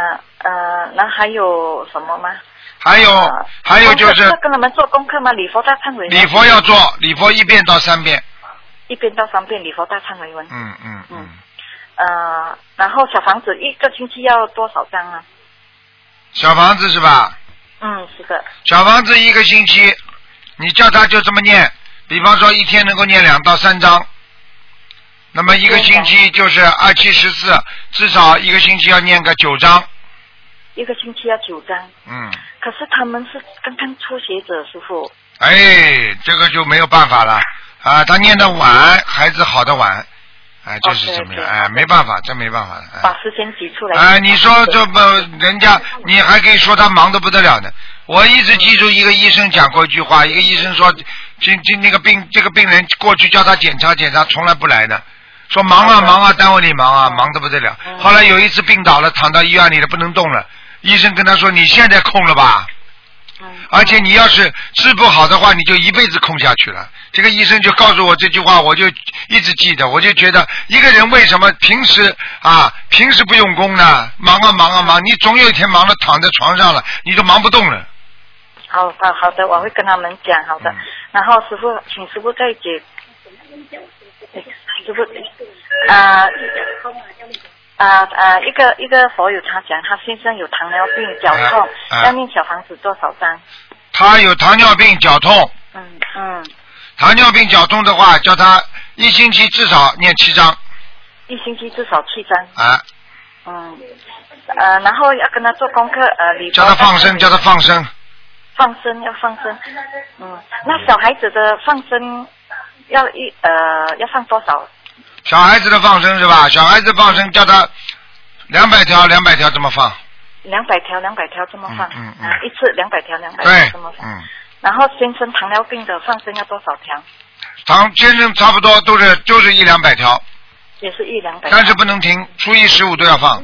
Speaker 6: 呃，那还有什么吗？
Speaker 2: 还有
Speaker 6: 呃
Speaker 2: 哦啊还有就
Speaker 6: 功课
Speaker 2: 是
Speaker 6: 要跟他们做功课吗？礼佛大忏悔文
Speaker 2: 礼佛要做，礼佛一遍到三遍。
Speaker 6: 一遍到三遍礼佛大忏悔文，
Speaker 2: 嗯嗯嗯
Speaker 6: 嗯，呃，然后小房子一个星期要多少张啊？
Speaker 2: 小房子是吧？
Speaker 6: 嗯，是的，
Speaker 2: 小房子一个星期，你叫他就这么念，比方说一天能够念两到三章，那么一个星期就是二七十四，至少一个星期要念个九章。
Speaker 6: 一个星期要九张。
Speaker 2: 嗯，
Speaker 6: 可是他们是刚刚初学者，师傅，
Speaker 2: 哎，这个就没有办法了啊，他念的晚，孩子好的晚，哎，就是这么样，
Speaker 6: OK，OK，
Speaker 2: 哎，没办法，这没办法了。哎
Speaker 6: 把时间挤出来。
Speaker 2: 哎，你说这不人家，你还可以说他忙得不得了呢。我一直记住一个医生讲过一句话，一个医生说，这这那个病这个病人过去叫他检查检查，从来不来的，说忙啊忙啊，单位里忙
Speaker 6: 嗯
Speaker 2: 啊，忙得不得了。后来有一次病倒了，躺到医院里了，不能动了。医生跟他说：“你现在空了吧？而且你要是治不好的话，你就一辈子空下去了。”这个医生就告诉我这句话，我就一直记得。我就觉得一个人为什么平时啊平时不用功呢？忙啊忙啊忙，你总有一天忙的躺在床上了，你就忙不动了。
Speaker 6: 好好好的，我会跟他们讲好的。
Speaker 2: 嗯
Speaker 6: 然后师傅，请师傅再解。哎师傅，啊啊啊！一个一个佛友他讲，他先生有糖尿病、脚痛，
Speaker 2: 啊啊
Speaker 6: 要念小房子多少张？
Speaker 2: 他有糖尿病、脚痛，
Speaker 6: 嗯嗯，
Speaker 2: 糖尿病、脚痛的话，叫他一星期至少念七章
Speaker 6: 一星期至少七张。
Speaker 2: 啊，
Speaker 6: 嗯，呃，然后要跟他做功课，呃，礼佛
Speaker 2: 叫他放生，叫他放生。
Speaker 6: 放生要放生，嗯，那小孩子的放生要一呃要放多少？
Speaker 2: 小孩子的放生是吧？小孩子放生叫他两百条，两百条这么放。
Speaker 6: 两百条，两百条这么放，
Speaker 2: 嗯嗯嗯
Speaker 6: 啊，一次两百条，两百
Speaker 2: 对
Speaker 6: 条这么，放。
Speaker 2: 嗯，
Speaker 6: 然后先生糖尿病的放生要多少条？
Speaker 2: 唐先生差不多都是就是一两百条，
Speaker 6: 也是一两百条，
Speaker 2: 但是不能停，初一十五都要放。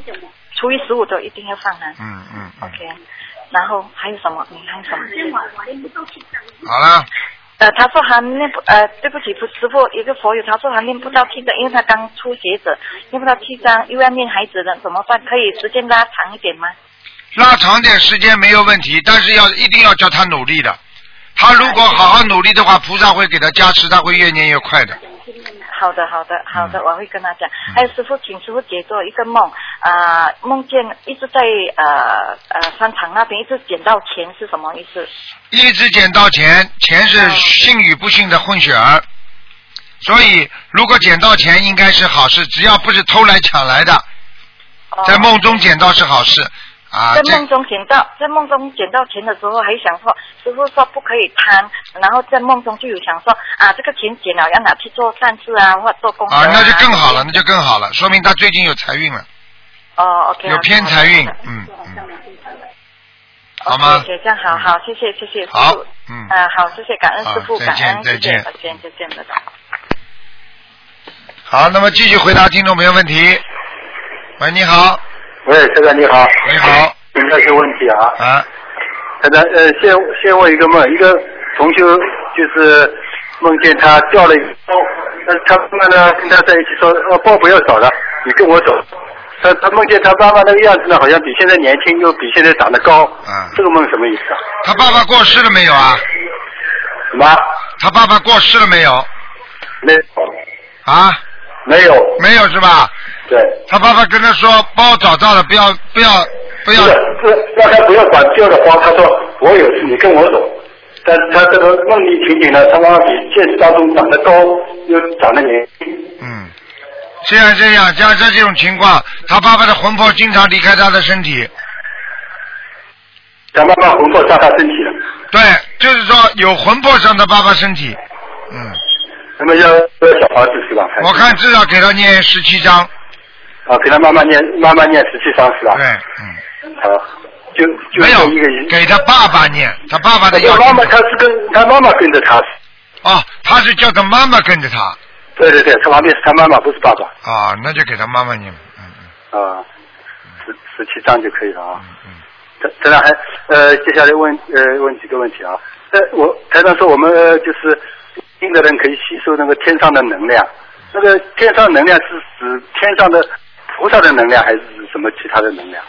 Speaker 6: 除以十五都一定要放啊。
Speaker 2: 嗯嗯嗯，
Speaker 6: OK，然后还有什么？你还有什么？
Speaker 2: 好了，
Speaker 6: 呃，他说他念不呃，对不起，不师傅，一个佛友他说他念不到七章，因为他刚初学者，念不到七章，又要念孩子的怎么办？可以时间拉长一点吗？
Speaker 2: 拉长点时间没有问题，但是要一定要叫他努力的。他如果好好努力的话，菩萨会给他加持，他会越念越快的。
Speaker 6: 好的，好的，好的，
Speaker 2: 嗯
Speaker 6: 我会跟他讲。还有师傅，请师傅解做一个梦啊、梦见一直在呃呃商场那边一直捡到钱是什么意思？
Speaker 2: 一直捡到钱，钱是
Speaker 6: 嗯
Speaker 2: 信与不信的混血儿，所以如果捡到钱应该是好事，只要不是偷来抢来的，
Speaker 6: 哦
Speaker 2: 在梦中捡到是好事啊。
Speaker 6: 在
Speaker 2: 这
Speaker 6: 梦中捡到，在梦中捡到钱的时候，还想说，师傅说不可以贪，然后在梦中就有想说啊，这个钱捡了要拿去做善事啊，或做功德
Speaker 2: 啊，那就更好了，那就更好了，说明他最近有财运了，
Speaker 6: 哦，OK，
Speaker 2: 有偏财运，
Speaker 6: 啊
Speaker 2: 嗯嗯，好吗
Speaker 6: 谢谢，这样好好，谢谢谢谢师傅。
Speaker 2: 好嗯
Speaker 6: 啊，好，谢谢，感恩师
Speaker 2: 好
Speaker 6: 傅，
Speaker 2: 再
Speaker 6: 感
Speaker 2: 见
Speaker 6: 恩，谢
Speaker 2: 再
Speaker 6: 谢
Speaker 2: 见
Speaker 6: 再见，再见，拜拜。
Speaker 2: 好，那么继续回答听众朋友问题。喂，你好，
Speaker 8: 喂，台长你好。
Speaker 2: 你好。
Speaker 8: 请教一个问题啊，
Speaker 2: 啊，
Speaker 8: 台长，呃，先先问一个梦，一个同修就是梦见他掉了一个包，但是他妈妈呢跟他在一起说，呃，包不要找了，你跟我走。他他梦见他爸爸那个样子呢，好像比现在年轻，又比现在长得高。
Speaker 2: 嗯
Speaker 8: 这个梦什么意思啊？
Speaker 2: 他爸爸过世了没有啊？
Speaker 8: 什么？
Speaker 2: 他爸爸过世了没有？
Speaker 8: 没
Speaker 2: 啊，
Speaker 8: 没有？
Speaker 2: 没有是吧？
Speaker 8: 对。
Speaker 2: 他爸爸跟他说，帮我找到了，不要不要不要
Speaker 8: 是，是让他不要管掉的包，他说我有事，你跟我走。但是他这个梦里情景呢，他妈妈比现实当中长得高，又长得年轻。
Speaker 2: 嗯，虽然这样，像这这种情况，他爸爸的魂魄经常离开他的身体。
Speaker 8: 他妈妈魂魄上他身体了，
Speaker 2: 对，就是说有魂魄上他爸爸身体。嗯，
Speaker 8: 那么要要小房子是吧？还是
Speaker 2: 我看至少给他念十七章。
Speaker 8: 啊，给他慢慢念，慢慢念十七章是吧？
Speaker 2: 对，嗯，
Speaker 8: 好，就就
Speaker 2: 没
Speaker 8: 这一个
Speaker 2: 有
Speaker 8: 人。
Speaker 2: 给他爸爸念，他爸爸的要
Speaker 8: 他妈妈
Speaker 2: 经
Speaker 8: 他是跟他妈妈跟着他，
Speaker 2: 哦，他是叫他妈妈跟着他
Speaker 8: 对对对，他旁边是他妈妈，不是爸爸
Speaker 2: 啊，那就给他妈妈念吧。嗯嗯
Speaker 8: 啊，十十七章就可以了啊。
Speaker 2: 嗯嗯，
Speaker 8: 台台长还呃，接下来问呃问几个问题啊。呃，我台长说我们、呃、就是听的人可以吸收那个天上的能量，那个天上能量是指天上的菩萨的能量，还是指什么其他的能量？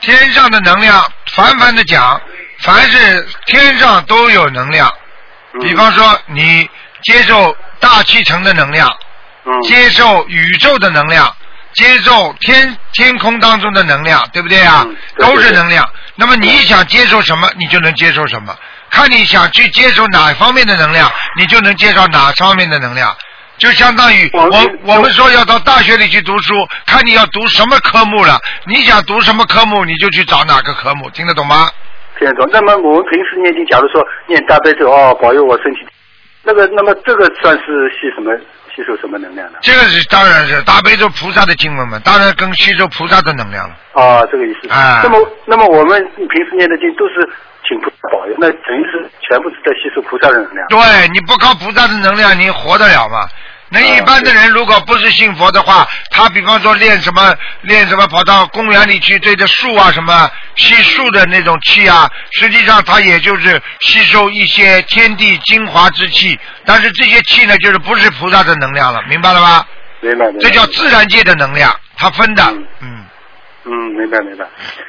Speaker 2: 天上的能量，凡凡的讲，凡是天上都有能量。
Speaker 8: 嗯
Speaker 2: 比方说，你接受大气层的能量，
Speaker 8: 嗯
Speaker 2: 接受宇宙的能量，接受天天空当中的能量，对不对啊？
Speaker 8: 嗯对
Speaker 2: 都是能量。那么你想接受什么，你就能接受什么。看你想去接受哪方面的能量，你就能接受哪方面的能量。就相当于
Speaker 8: 我
Speaker 2: 我我们说要到大学里去读书，看你要读什么科目了。你想读什么科目，你就去找哪个科目，听得懂吗？
Speaker 8: 听得懂。那么我们平时念经，假如说念大悲咒哦，保佑我身体，那个那么这个算是吸什么吸收什么能量呢？
Speaker 2: 这个是当然是大悲咒菩萨的经文嘛，当然更吸收菩萨的能量了。
Speaker 8: 啊，这个意思。
Speaker 2: 啊
Speaker 8: 那么那么我们平时念的经都是请菩萨保佑，那等于是全部是在吸收菩萨的能量。
Speaker 2: 对，你不靠菩萨的能量，你活得了吗？那一般的人如果不是信佛的话，他比方说练什么练什么，跑到公园里去对着树啊什么吸树的那种气啊，实际上他也就是吸收一些天地精华之气，但是这些气呢，就是不是菩萨的能量了，明白了吧？
Speaker 8: 明白明白。
Speaker 2: 这叫自然界的能量，它分的
Speaker 8: 嗯，
Speaker 2: 嗯。
Speaker 8: 嗯，明白明白。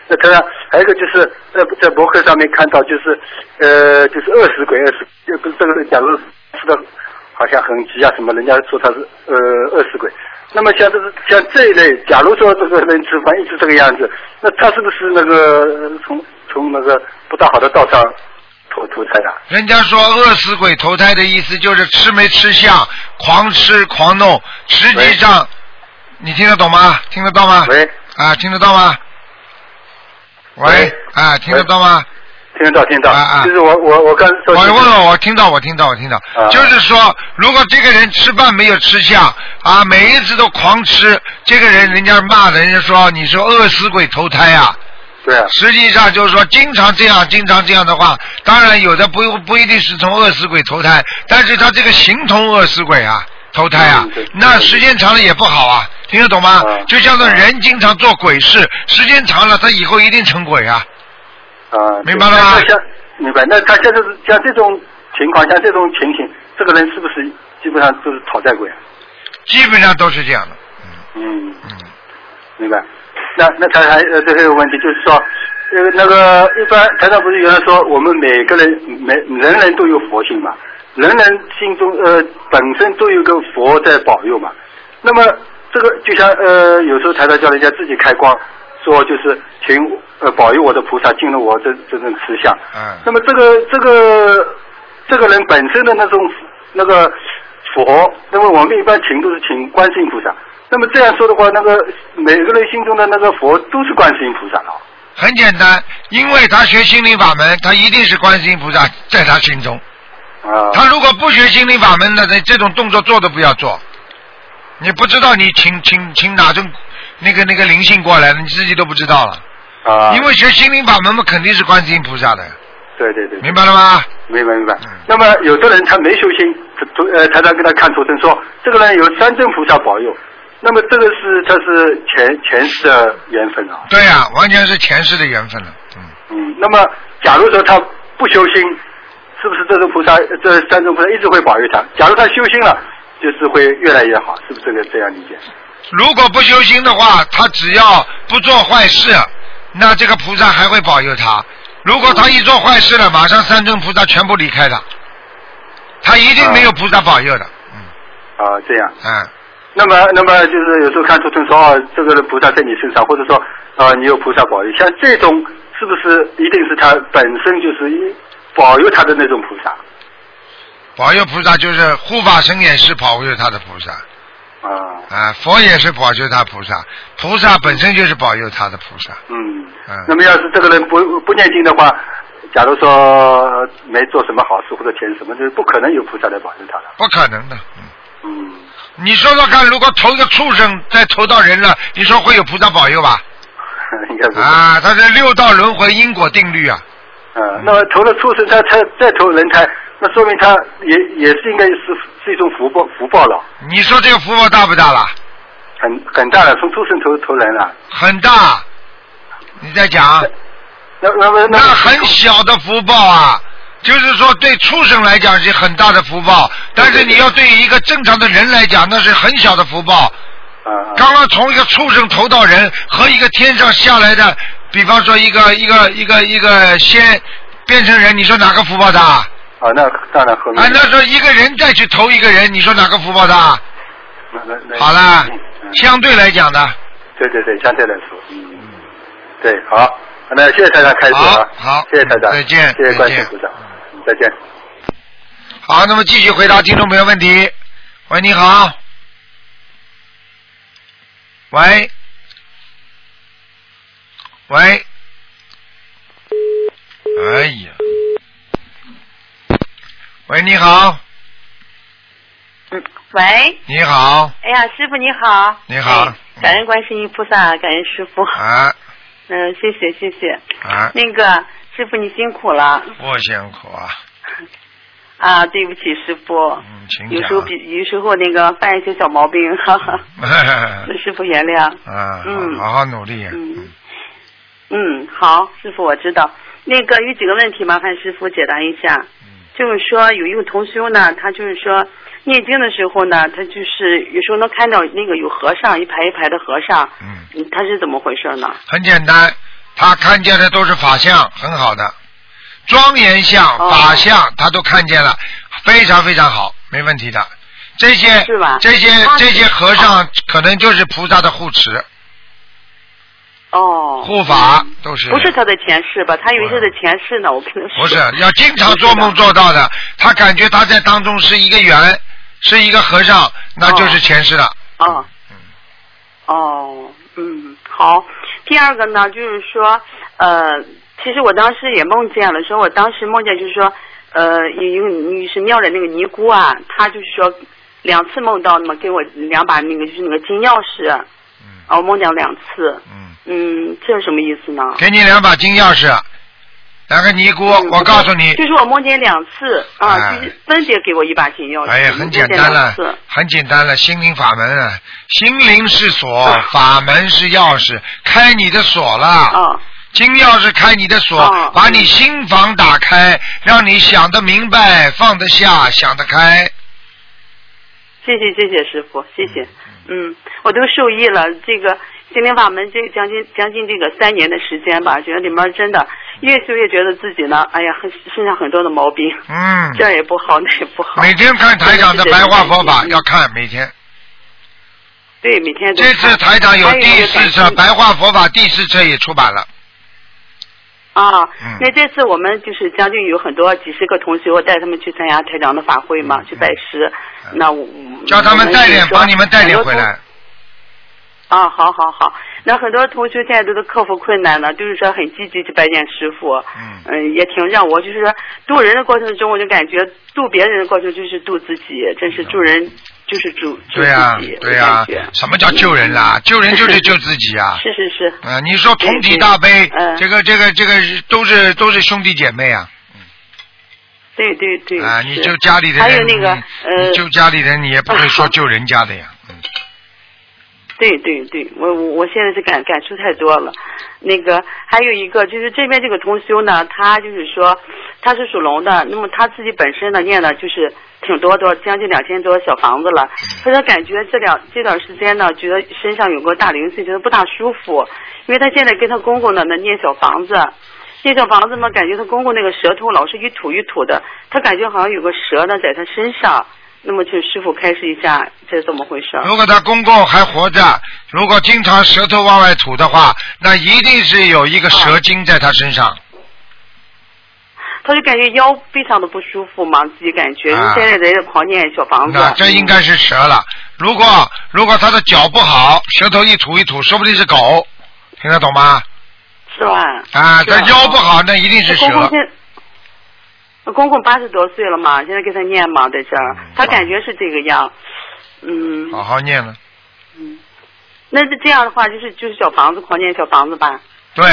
Speaker 8: 那当然，还有一个就是在在博客上面看到，就是呃，就是饿死鬼，饿死就跟这个假如吃的呃好像很急啊什么，人家说他是呃饿死鬼。那么像这个像这一类，假如说这个人吃饭一直这个样子，那他是不是那个呃从从那个不大好的道上投投胎的？
Speaker 2: 人家说饿死鬼投胎的意思就是吃没吃相，狂吃狂弄，实际上，你听得懂吗？听得到吗？
Speaker 8: 喂，
Speaker 2: 啊，听得到吗？喂
Speaker 8: 喂，
Speaker 2: 啊，听得到吗？
Speaker 8: 听得到听得到，
Speaker 2: 啊啊
Speaker 8: 就是我我我刚
Speaker 2: 我
Speaker 8: 说
Speaker 2: 问问，我听到，我听到，我听到。
Speaker 8: 啊
Speaker 2: 就是说，如果这个人吃饭没有吃相，啊，每一次都狂吃，这个人人家骂人家说你是饿死鬼投胎啊。
Speaker 8: 对啊，
Speaker 2: 实际上就是说，经常这样，经常这样的话，当然有的不不一定是从饿死鬼投胎，但是他这个形同饿死鬼啊，投胎啊
Speaker 8: 嗯对，
Speaker 2: 那时间长了也不好啊，听得懂吗
Speaker 8: 嗯？
Speaker 2: 就像这人经常做鬼事，时间长了，他以后一定成鬼啊。
Speaker 8: 啊，
Speaker 2: 明白了吗
Speaker 8: 对那像明白，那他现在是像这种情况，像这种情形，这个人是不是基本上都是讨债鬼啊？
Speaker 2: 基本上都是这样的，
Speaker 8: 嗯，
Speaker 2: 嗯，
Speaker 8: 明白。那那他还呃，最后一个问题就是说，呃，那个一般台上不是原来说我们每个人每人人都有佛性嘛，人人心中呃本身都有个佛在保佑嘛。那么这个就像呃，有时候台上叫人家自己开光，说就是请呃保佑我的菩萨进入我这这种慈祥。
Speaker 2: 嗯
Speaker 8: 那么这个这个这个人本身的那种那个佛，那么我们一般请都是请观世音菩萨。那么这样说的话，那个每个人心中的那个佛都是观世音菩萨了。
Speaker 2: 很简单，因为他学心灵法门，他一定是观世音菩萨在他心中。
Speaker 8: 啊，
Speaker 2: 他如果不学心灵法门的，那这种动作做都不要做。你不知道你请请请哪种那个那个灵性过来了，你自己都不知道了。
Speaker 8: 啊，
Speaker 2: 因为学心灵法门嘛，肯定是观世音菩萨的，
Speaker 8: 对对对，
Speaker 2: 明白了吗？
Speaker 8: 明白明白
Speaker 2: 嗯。
Speaker 8: 那么有的人他没修心，他图呃，台长跟他看图腾说，这个人有三尊菩萨保佑。那么这个是他是前前世的缘分啊。
Speaker 2: 对呀、完全是前世的缘分了。嗯，
Speaker 8: 嗯，那么假如说他不修心，是不是这种菩萨呃这三种菩萨一直会保佑他？假如他修心了，就是会越来越好，是不是这个这样理解？
Speaker 2: 如果不修心的话，他只要不做坏事，那这个菩萨还会保佑他。如果他一做坏事了，马上三尊菩萨全部离开他，他一定没有菩萨保佑的。
Speaker 8: 啊、这样。
Speaker 2: 嗯，
Speaker 8: 那么，那么就是有时候看图腾说，哦，这个菩萨在你身上，或者说，呃，你有菩萨保佑，像这种是不是一定是他本身就是一保佑他的那种菩萨？
Speaker 2: 保佑菩萨就是护法神也是保佑他的菩萨。
Speaker 8: 啊，
Speaker 2: 啊，佛也是保佑他菩萨，菩萨本身就是保佑他的菩萨。
Speaker 8: 嗯，
Speaker 2: 嗯，
Speaker 8: 那么要是这个人不不念经的话，假如说没做什么好事或者填什么，就是不可能有菩萨来保佑他的。
Speaker 2: 不可能的。嗯
Speaker 8: 嗯，
Speaker 2: 你说说看，如果投一个畜生再投到人了，你说会有菩萨保佑吧？
Speaker 8: 应该是。
Speaker 2: 啊，他是六道轮回因果定律啊。
Speaker 8: 嗯，那么投了畜生，他他再投人胎，那说明他也也是应该是是一种福报福报了，
Speaker 2: 你说这个福报大不大啦？
Speaker 8: 很很大了，从畜生投投人了。
Speaker 2: 很大。你再讲，
Speaker 8: 那那么
Speaker 2: 那
Speaker 8: 么
Speaker 2: 很小的福报啊，就是说对畜生来讲是很大的福报，但是你要对一个正常的人来讲，那是很小的福报。
Speaker 8: 啊，
Speaker 2: 刚刚从一个畜生投到人，和一个天上下来的，比方说一个一个一个一个仙变成人，你说哪个福报大？啊，
Speaker 8: 啊，那当然后面。
Speaker 2: 那说一个人再去投一个人，你说哪个福报大？
Speaker 8: 那那那
Speaker 2: 好啦
Speaker 8: 嗯，嗯
Speaker 2: 相对来讲的，
Speaker 8: 对对对，相对来说，嗯，对，好，那谢谢台长开始
Speaker 2: 好
Speaker 8: 啊，，
Speaker 2: 好，
Speaker 8: 谢谢台长，
Speaker 2: 再见，
Speaker 8: 谢谢
Speaker 2: 再
Speaker 8: 关心
Speaker 2: 见
Speaker 8: 鼓。掌，再见。
Speaker 2: 好，那么继续回答听众朋友问题。喂，你好。喂，喂，哎呀，喂，你好，
Speaker 9: 嗯，喂，
Speaker 2: 你好，
Speaker 9: 哎呀，师傅你好。
Speaker 2: 你好
Speaker 9: 哎感恩观世音菩萨，感恩师傅。
Speaker 2: 啊
Speaker 9: 嗯，谢谢谢谢。
Speaker 2: 啊，
Speaker 9: 那个师傅你辛苦了
Speaker 2: 我辛苦啊，
Speaker 9: 啊，对不起师傅。
Speaker 2: 嗯，请
Speaker 9: 有
Speaker 2: 讲
Speaker 9: 时候比有时候那个犯一些小毛病， *laughs* 哈哈，
Speaker 2: *laughs* 啊。
Speaker 9: 师傅原谅。
Speaker 2: 啊，
Speaker 9: 嗯
Speaker 2: 好好好努力啊，
Speaker 9: 嗯嗯，好，师傅我知道。那个有几个问题，麻烦师傅解答一下。
Speaker 2: 嗯
Speaker 9: 就是说有一个同修呢，他就是说念经的时候呢，他就是有时候能看到那个有和尚一排一排的和尚，
Speaker 2: 嗯，
Speaker 9: 嗯他是怎么回事呢？
Speaker 2: 很简单，他看见的都是法相，很好的，庄严相、
Speaker 9: 哦
Speaker 2: 法相他都看见了，非常非常好，没问题的。这些
Speaker 9: 是吧
Speaker 2: 这些
Speaker 9: 他
Speaker 2: 这些和尚可能就是菩萨的护持、
Speaker 9: 哦，
Speaker 2: 护法，都是。
Speaker 9: 不是他的前世吧？他以为是他的前世呢，我跟他说。
Speaker 2: 不是要经常做梦做到的，他感觉他在当中是一个缘，是一个和尚，那就是前世了。
Speaker 9: *laughs* 哦，哦，嗯，好。第二个呢，就是说，呃，其实我当时也梦见了，说我当时梦见就是说，呃，有一个女神庙的那个尼姑啊，她就是说两次梦到，那么给我两把那个就是那个金钥匙，啊，我梦见两次，
Speaker 2: 嗯，
Speaker 9: 嗯，这是什么意思呢？
Speaker 2: 给你两把金钥匙，两个尼姑，
Speaker 9: 嗯
Speaker 2: 我告诉你，
Speaker 9: 就是我梦见两次啊，
Speaker 2: 哎
Speaker 9: 就是分别给我一把金钥匙，
Speaker 2: 哎呀，很简单了
Speaker 9: 梦见两次，
Speaker 2: 很简单了，心灵法门啊，心灵是锁
Speaker 9: 啊，
Speaker 2: 法门是钥匙，开你的锁了。
Speaker 9: 啊，
Speaker 2: 金钥匙开你的锁
Speaker 9: 啊，
Speaker 2: 把你心房打开，让你想得明白，放得下，想得开。
Speaker 9: 谢谢谢谢师傅，谢谢。嗯，我都受益了。这个心灵法门，这将近将近这个三年的时间吧，觉得里面真的越修越觉得自己呢，哎呀，很身上很多的毛病，
Speaker 2: 嗯，
Speaker 9: 这也不好，那也不好。
Speaker 2: 每天看台长的白话佛法，
Speaker 9: 嗯
Speaker 2: 要看每天。
Speaker 9: 对每天都
Speaker 2: 这
Speaker 9: 看
Speaker 2: 次台长有
Speaker 9: 还一
Speaker 2: 第
Speaker 9: 个
Speaker 2: 四
Speaker 9: 感
Speaker 2: 册
Speaker 9: 兴
Speaker 2: 白话佛法，第四册也出版了。
Speaker 9: 啊
Speaker 2: 嗯。
Speaker 9: 那这次我们就是将近有很多几十个同学，我带他们去参加台长的法会嘛，去拜师。那我
Speaker 2: 叫他们带点，帮你们带点回。
Speaker 9: 嗯我们也说
Speaker 2: 来。
Speaker 9: 啊，好好好，那很多同学现在都都克服困难了，就是说很积极去拜见师傅，
Speaker 2: 嗯
Speaker 9: 也挺让我就是说渡人的过程中，我就感觉渡别人的过程就是渡自己，真是助人就是助
Speaker 2: 嗯
Speaker 9: 助
Speaker 2: 对呀
Speaker 9: 自己，，
Speaker 2: 对呀
Speaker 9: 我感觉，嗯
Speaker 2: 什么叫救人啦？救人就是救自己啊。
Speaker 9: *laughs* 是是是，
Speaker 2: 啊，你说同体大悲，
Speaker 9: 嗯
Speaker 2: 这个这个这个是都是都是兄弟姐妹啊，
Speaker 9: 对对对，
Speaker 2: 啊，你
Speaker 9: 是
Speaker 2: 救家里的人，
Speaker 9: 还有那个
Speaker 2: 你
Speaker 9: 呃
Speaker 2: 你，救家里人，你也不会说
Speaker 9: 啊
Speaker 2: 救人家
Speaker 9: *laughs*
Speaker 2: 的呀，嗯，
Speaker 9: 对对对，我我我现在是感感触太多了。那个还有一个就是这边这个同修呢，他就是说他是属龙的，那么他自己本身呢念的就是挺多多，将近两千多小房子了。他说感觉这两这段时间呢，觉得身上有个大灵性，觉得不大舒服，因为他现在跟他公公呢那念小房子。那小房子嘛，感觉他公公那个舌头老是一吐一吐的，他感觉好像有个蛇呢在他身上。那么，请师傅开示一下，这是怎么回事？
Speaker 2: 如果他公公还活着，如果经常舌头往外
Speaker 9: 啊
Speaker 2: 吐的话，那一定是有一个蛇精在他身上，
Speaker 9: 他就感觉腰非常的不舒服嘛，自己感觉。
Speaker 2: 啊
Speaker 9: 现在在狂念小房子。
Speaker 2: 那啊这应该是蛇了。如果如果他的脚不好，舌头一吐一吐，说不定是狗，听得懂吗？
Speaker 9: 是吧？
Speaker 2: 啊，
Speaker 9: 是吧
Speaker 2: 他腰不好，那一定是
Speaker 9: 公公
Speaker 2: 蛇。
Speaker 9: 现我公公八十多岁了嘛，现在给他念嘛，在这儿，他感觉是这个样。嗯，
Speaker 2: 嗯好好念了，
Speaker 9: 那是这样的话，就是就是小房子狂念小房子吧。
Speaker 2: 对，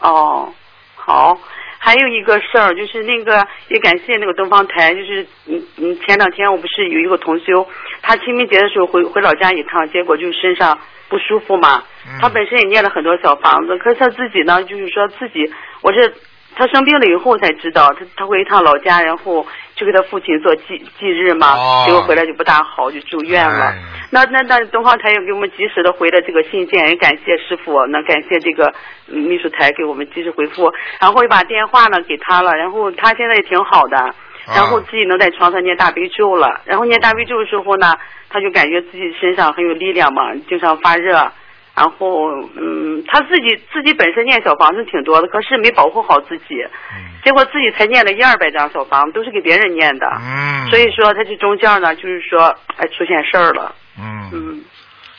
Speaker 9: 哦，好。还有一个事儿，就是那个也感谢那个东方台，就是嗯嗯，前两天我不是有一个同修，他清明节的时候回回老家一趟，结果就是身上不舒服嘛。
Speaker 6: 嗯
Speaker 9: 他本身也念了很多小房子，可是他自己呢，就是说自己，我是他生病了以后才知道，他他回一趟老家，然后去给他父亲做祭祭日嘛，
Speaker 6: 哦
Speaker 9: 结果回来就不大好，就住院了。
Speaker 6: 哎
Speaker 9: 那那那东方台又给我们及时的回了这个信件，也感谢师傅，那感谢这个嗯秘书台给我们及时回复，然后也把电话呢给他了，然后他现在也挺好的。然后自己能在床上念大悲咒了，然后念大悲咒的时候呢，他就感觉自己身上很有力量嘛，经常发热，然后嗯，他自己自己本身念小房子挺多的，可是没保护好自己，结果自己才念了一二百张小房子，都是给别人念的，
Speaker 2: 嗯，
Speaker 9: 啊所以说他这中间呢，就是说哎出现事儿了，
Speaker 2: 嗯，
Speaker 9: 嗯，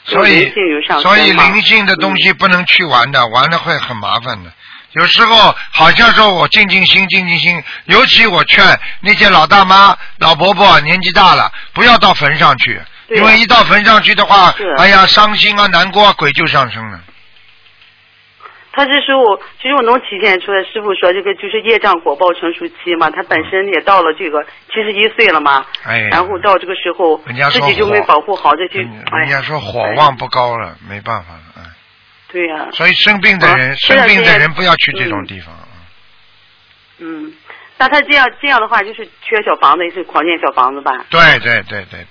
Speaker 2: 所
Speaker 9: 有
Speaker 2: 以
Speaker 9: 灵性有上升
Speaker 2: 所以
Speaker 9: 嘛嗯
Speaker 2: 灵性的东西不能去玩的，玩了会很麻烦的。有时候好像说我静静心，静静心，尤其我劝那些老大妈、老伯伯年纪大了，不要到坟上去，
Speaker 10: 对
Speaker 2: 因为一到坟上去的话
Speaker 9: 是，
Speaker 2: 哎呀，伤心啊、难过啊，鬼就上升了。
Speaker 9: 他这时候其实我能体现出来，师傅说这个就是业障果报成熟期嘛，他本身也到了这个七十一岁了嘛，
Speaker 2: 哎，
Speaker 9: 然后到这个时候
Speaker 2: 人家
Speaker 9: 自
Speaker 2: 说
Speaker 9: 己就没
Speaker 2: 火嗯
Speaker 9: 保护好，这哎就
Speaker 2: 人家说火旺不高了，没办法了，哎。
Speaker 9: 对呀、
Speaker 2: 所以生病的人，
Speaker 9: 啊
Speaker 2: 生病的人不要去这种。
Speaker 9: 对呀
Speaker 2: 地方。
Speaker 9: 嗯，嗯那他这样这样的话，就是缺小房子，也是狂念小房子吧？
Speaker 2: 对对对对对，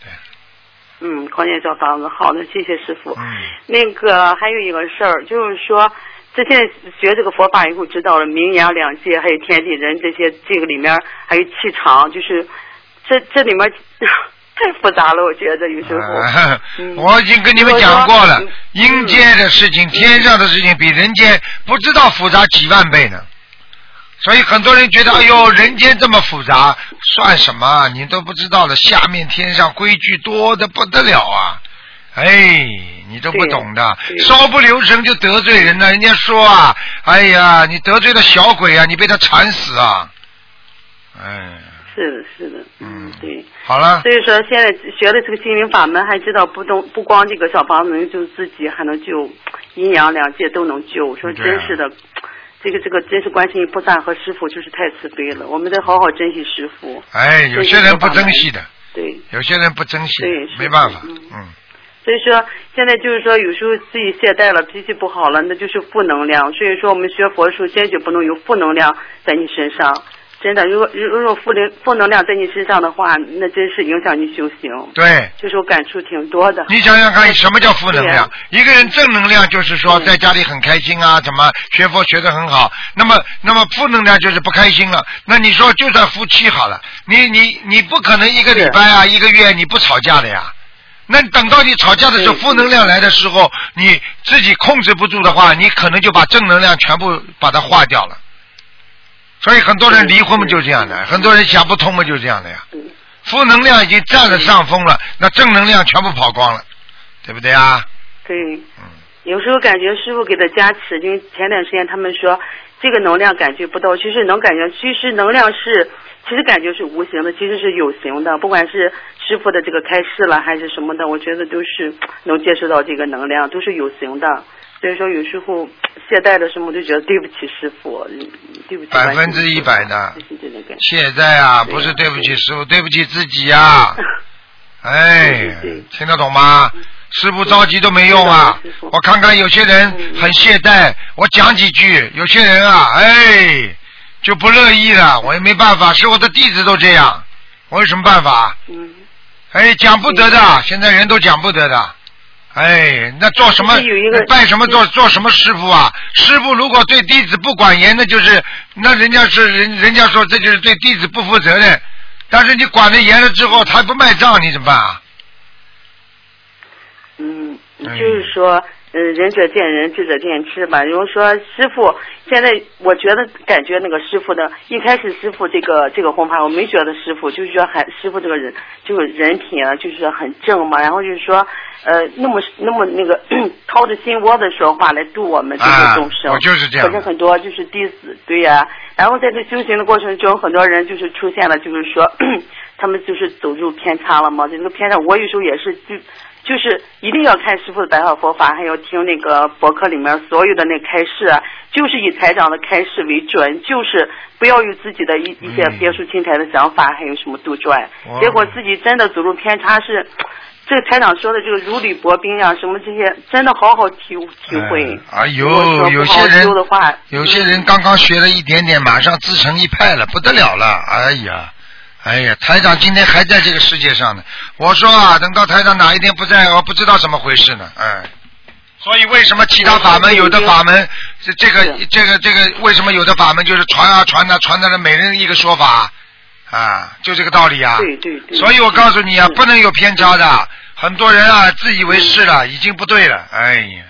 Speaker 9: 嗯，狂念小房子，好的，谢谢师傅。
Speaker 2: 嗯
Speaker 9: 那个还有一个事儿，就是说，这现在学这个佛法以后，知道了明阳两界，还有天地人这些，这个里面还有气场，就是这这里面 *laughs* 太复杂了，我觉得有时候。
Speaker 2: 啊
Speaker 9: 嗯
Speaker 2: *laughs* 我已经跟你们讲过了，阴间的事情、天上的事情比人间不知道复杂几万倍呢。所以很多人
Speaker 9: 嗯
Speaker 2: 觉得，哎呦，人间这么复杂，算什么啊？你都不知道了，下面天上规矩多的不得了啊！哎，你都不懂的，稍不留神就得罪人了。人家说啊，哎呀，你得罪了小鬼啊，你被他缠死啊！哎，
Speaker 9: 是的，是的，嗯，对。
Speaker 2: 好了，
Speaker 9: 所以说，现在学了这个心灵法门，还知道不懂不光这个小房子能救自己，还能救阴阳两界都能救。说
Speaker 2: 对啊
Speaker 9: 真是的，这个这个真是观世音菩萨和师傅就是太慈悲了，我们得好好珍惜师傅。
Speaker 2: 哎，有些人不珍惜的，
Speaker 9: 对，
Speaker 2: 有些人不珍惜的嗯
Speaker 9: 对是，
Speaker 2: 没办法，
Speaker 9: 所以说现在就是说，有时候自己懈怠了，脾气不好了，那就是负能量。所以说，我们学佛的时候，坚决不能有负能量在你身上。真的，如果如如果负能负能量在你身上的话，那真是影响你修行。
Speaker 2: 对。
Speaker 9: 就是我感触挺多的。
Speaker 2: 你想想看，什么叫负能量
Speaker 9: 对？
Speaker 2: 一个人正能量就是说在家里很开心啊，怎么学佛学得很好。那么，那么负能量就是不开心了。那你说，就算夫妻好了，你你你不可能一个礼拜啊，一个月你不吵架的呀。那等到你吵架的时候，负能量来的时候，你自己控制不住的话，你可能就把正能量全部把它化掉了。所以很多人离婚嘛就这样的，很多人想不通嘛就这样的呀。负能量已经占了上风了，那正能量全部跑光了，对不对啊？
Speaker 9: 对，有时候感觉师傅给的加持，因为前段时间他们说这个能量感觉不到，其实能感觉，其实能量是，其实感觉是无形的，其实是有形的，不管是师傅的这个开示了还是什么的，我觉得都是能接受到这个能量，都是有形的。所以说有时候懈怠了什么，我就觉得对不起师傅，嗯对不起
Speaker 2: 百
Speaker 9: 观世
Speaker 2: 分
Speaker 9: 音菩萨。
Speaker 2: 之一百的
Speaker 9: 这种感觉
Speaker 2: 现在啊，不是对不起师傅，对不起自己呀、啊。哎，听得懂吗？师傅着急都没用啊！我看看有些人很懈怠，我讲几句，有些人啊，哎，就不乐意了，我也没办法，是我的弟子都这样，我有什么办法？
Speaker 9: *laughs* 嗯。
Speaker 2: 哎，讲不得的，现在人都讲不得的。哎，那做什么
Speaker 9: 就是有一个？嗯
Speaker 2: 拜什么做做什么师傅啊？师傅如果对弟子不管严，那就是那人家是人人家说这就是对弟子不负责任。但是你管得严了之后，他不卖账，你怎么办啊？
Speaker 9: 嗯，就是说嗯、仁者见仁，智者见智吧。然后说师傅，现在我觉得感觉那个师傅的，一开始师傅这个这个红牌，我没觉得师傅，就是说还师傅这个人，就是人品啊，就是说很正嘛。然后就是说，呃，那么那么那个 *clears throat* 掏着心窝子说话来度我们这
Speaker 2: 啊
Speaker 9: 些众生。
Speaker 2: 我就是这样
Speaker 9: 可是很多就是弟子，对呀、然后在这修行的过程中，很多人就是出现了，就是说 *clears throat* 他们就是走入偏差了嘛。这个偏差，我有时候也是就就是一定要看师傅的白话佛法，还要听那个博客里面所有的那开示啊，就是以台长的开示为准，就是不要有自己的一一些
Speaker 2: 嗯
Speaker 9: 别树青苔的想法，还有什么杜撰
Speaker 2: 哦，
Speaker 9: 结果自己真的走入偏差是。这个台长说的这个如履薄冰啊，什么这些，真的好好体体会。
Speaker 2: 嗯哎呦
Speaker 9: 如
Speaker 2: 有
Speaker 9: 果说不好好
Speaker 2: 些人
Speaker 9: 修的话，嗯
Speaker 2: 有些人刚刚学了一点点，马上自成一派了，不得了了！哎呀，哎呀，台长今天还在这个世界上呢。我说啊，等到台长哪一天不在，我不知道怎么回事呢。哎，所以为什么其他法门哎有的法门，这这个
Speaker 9: 是
Speaker 2: 这个这个为什么有的法门就是传啊传啊传的，每人一个说法啊，就这个道理啊。
Speaker 9: 对对对。嗯
Speaker 2: 所以我告诉你啊，
Speaker 9: 是
Speaker 2: 不能有偏差的。很多人啊，自以为是了，已经不对了。哎呀，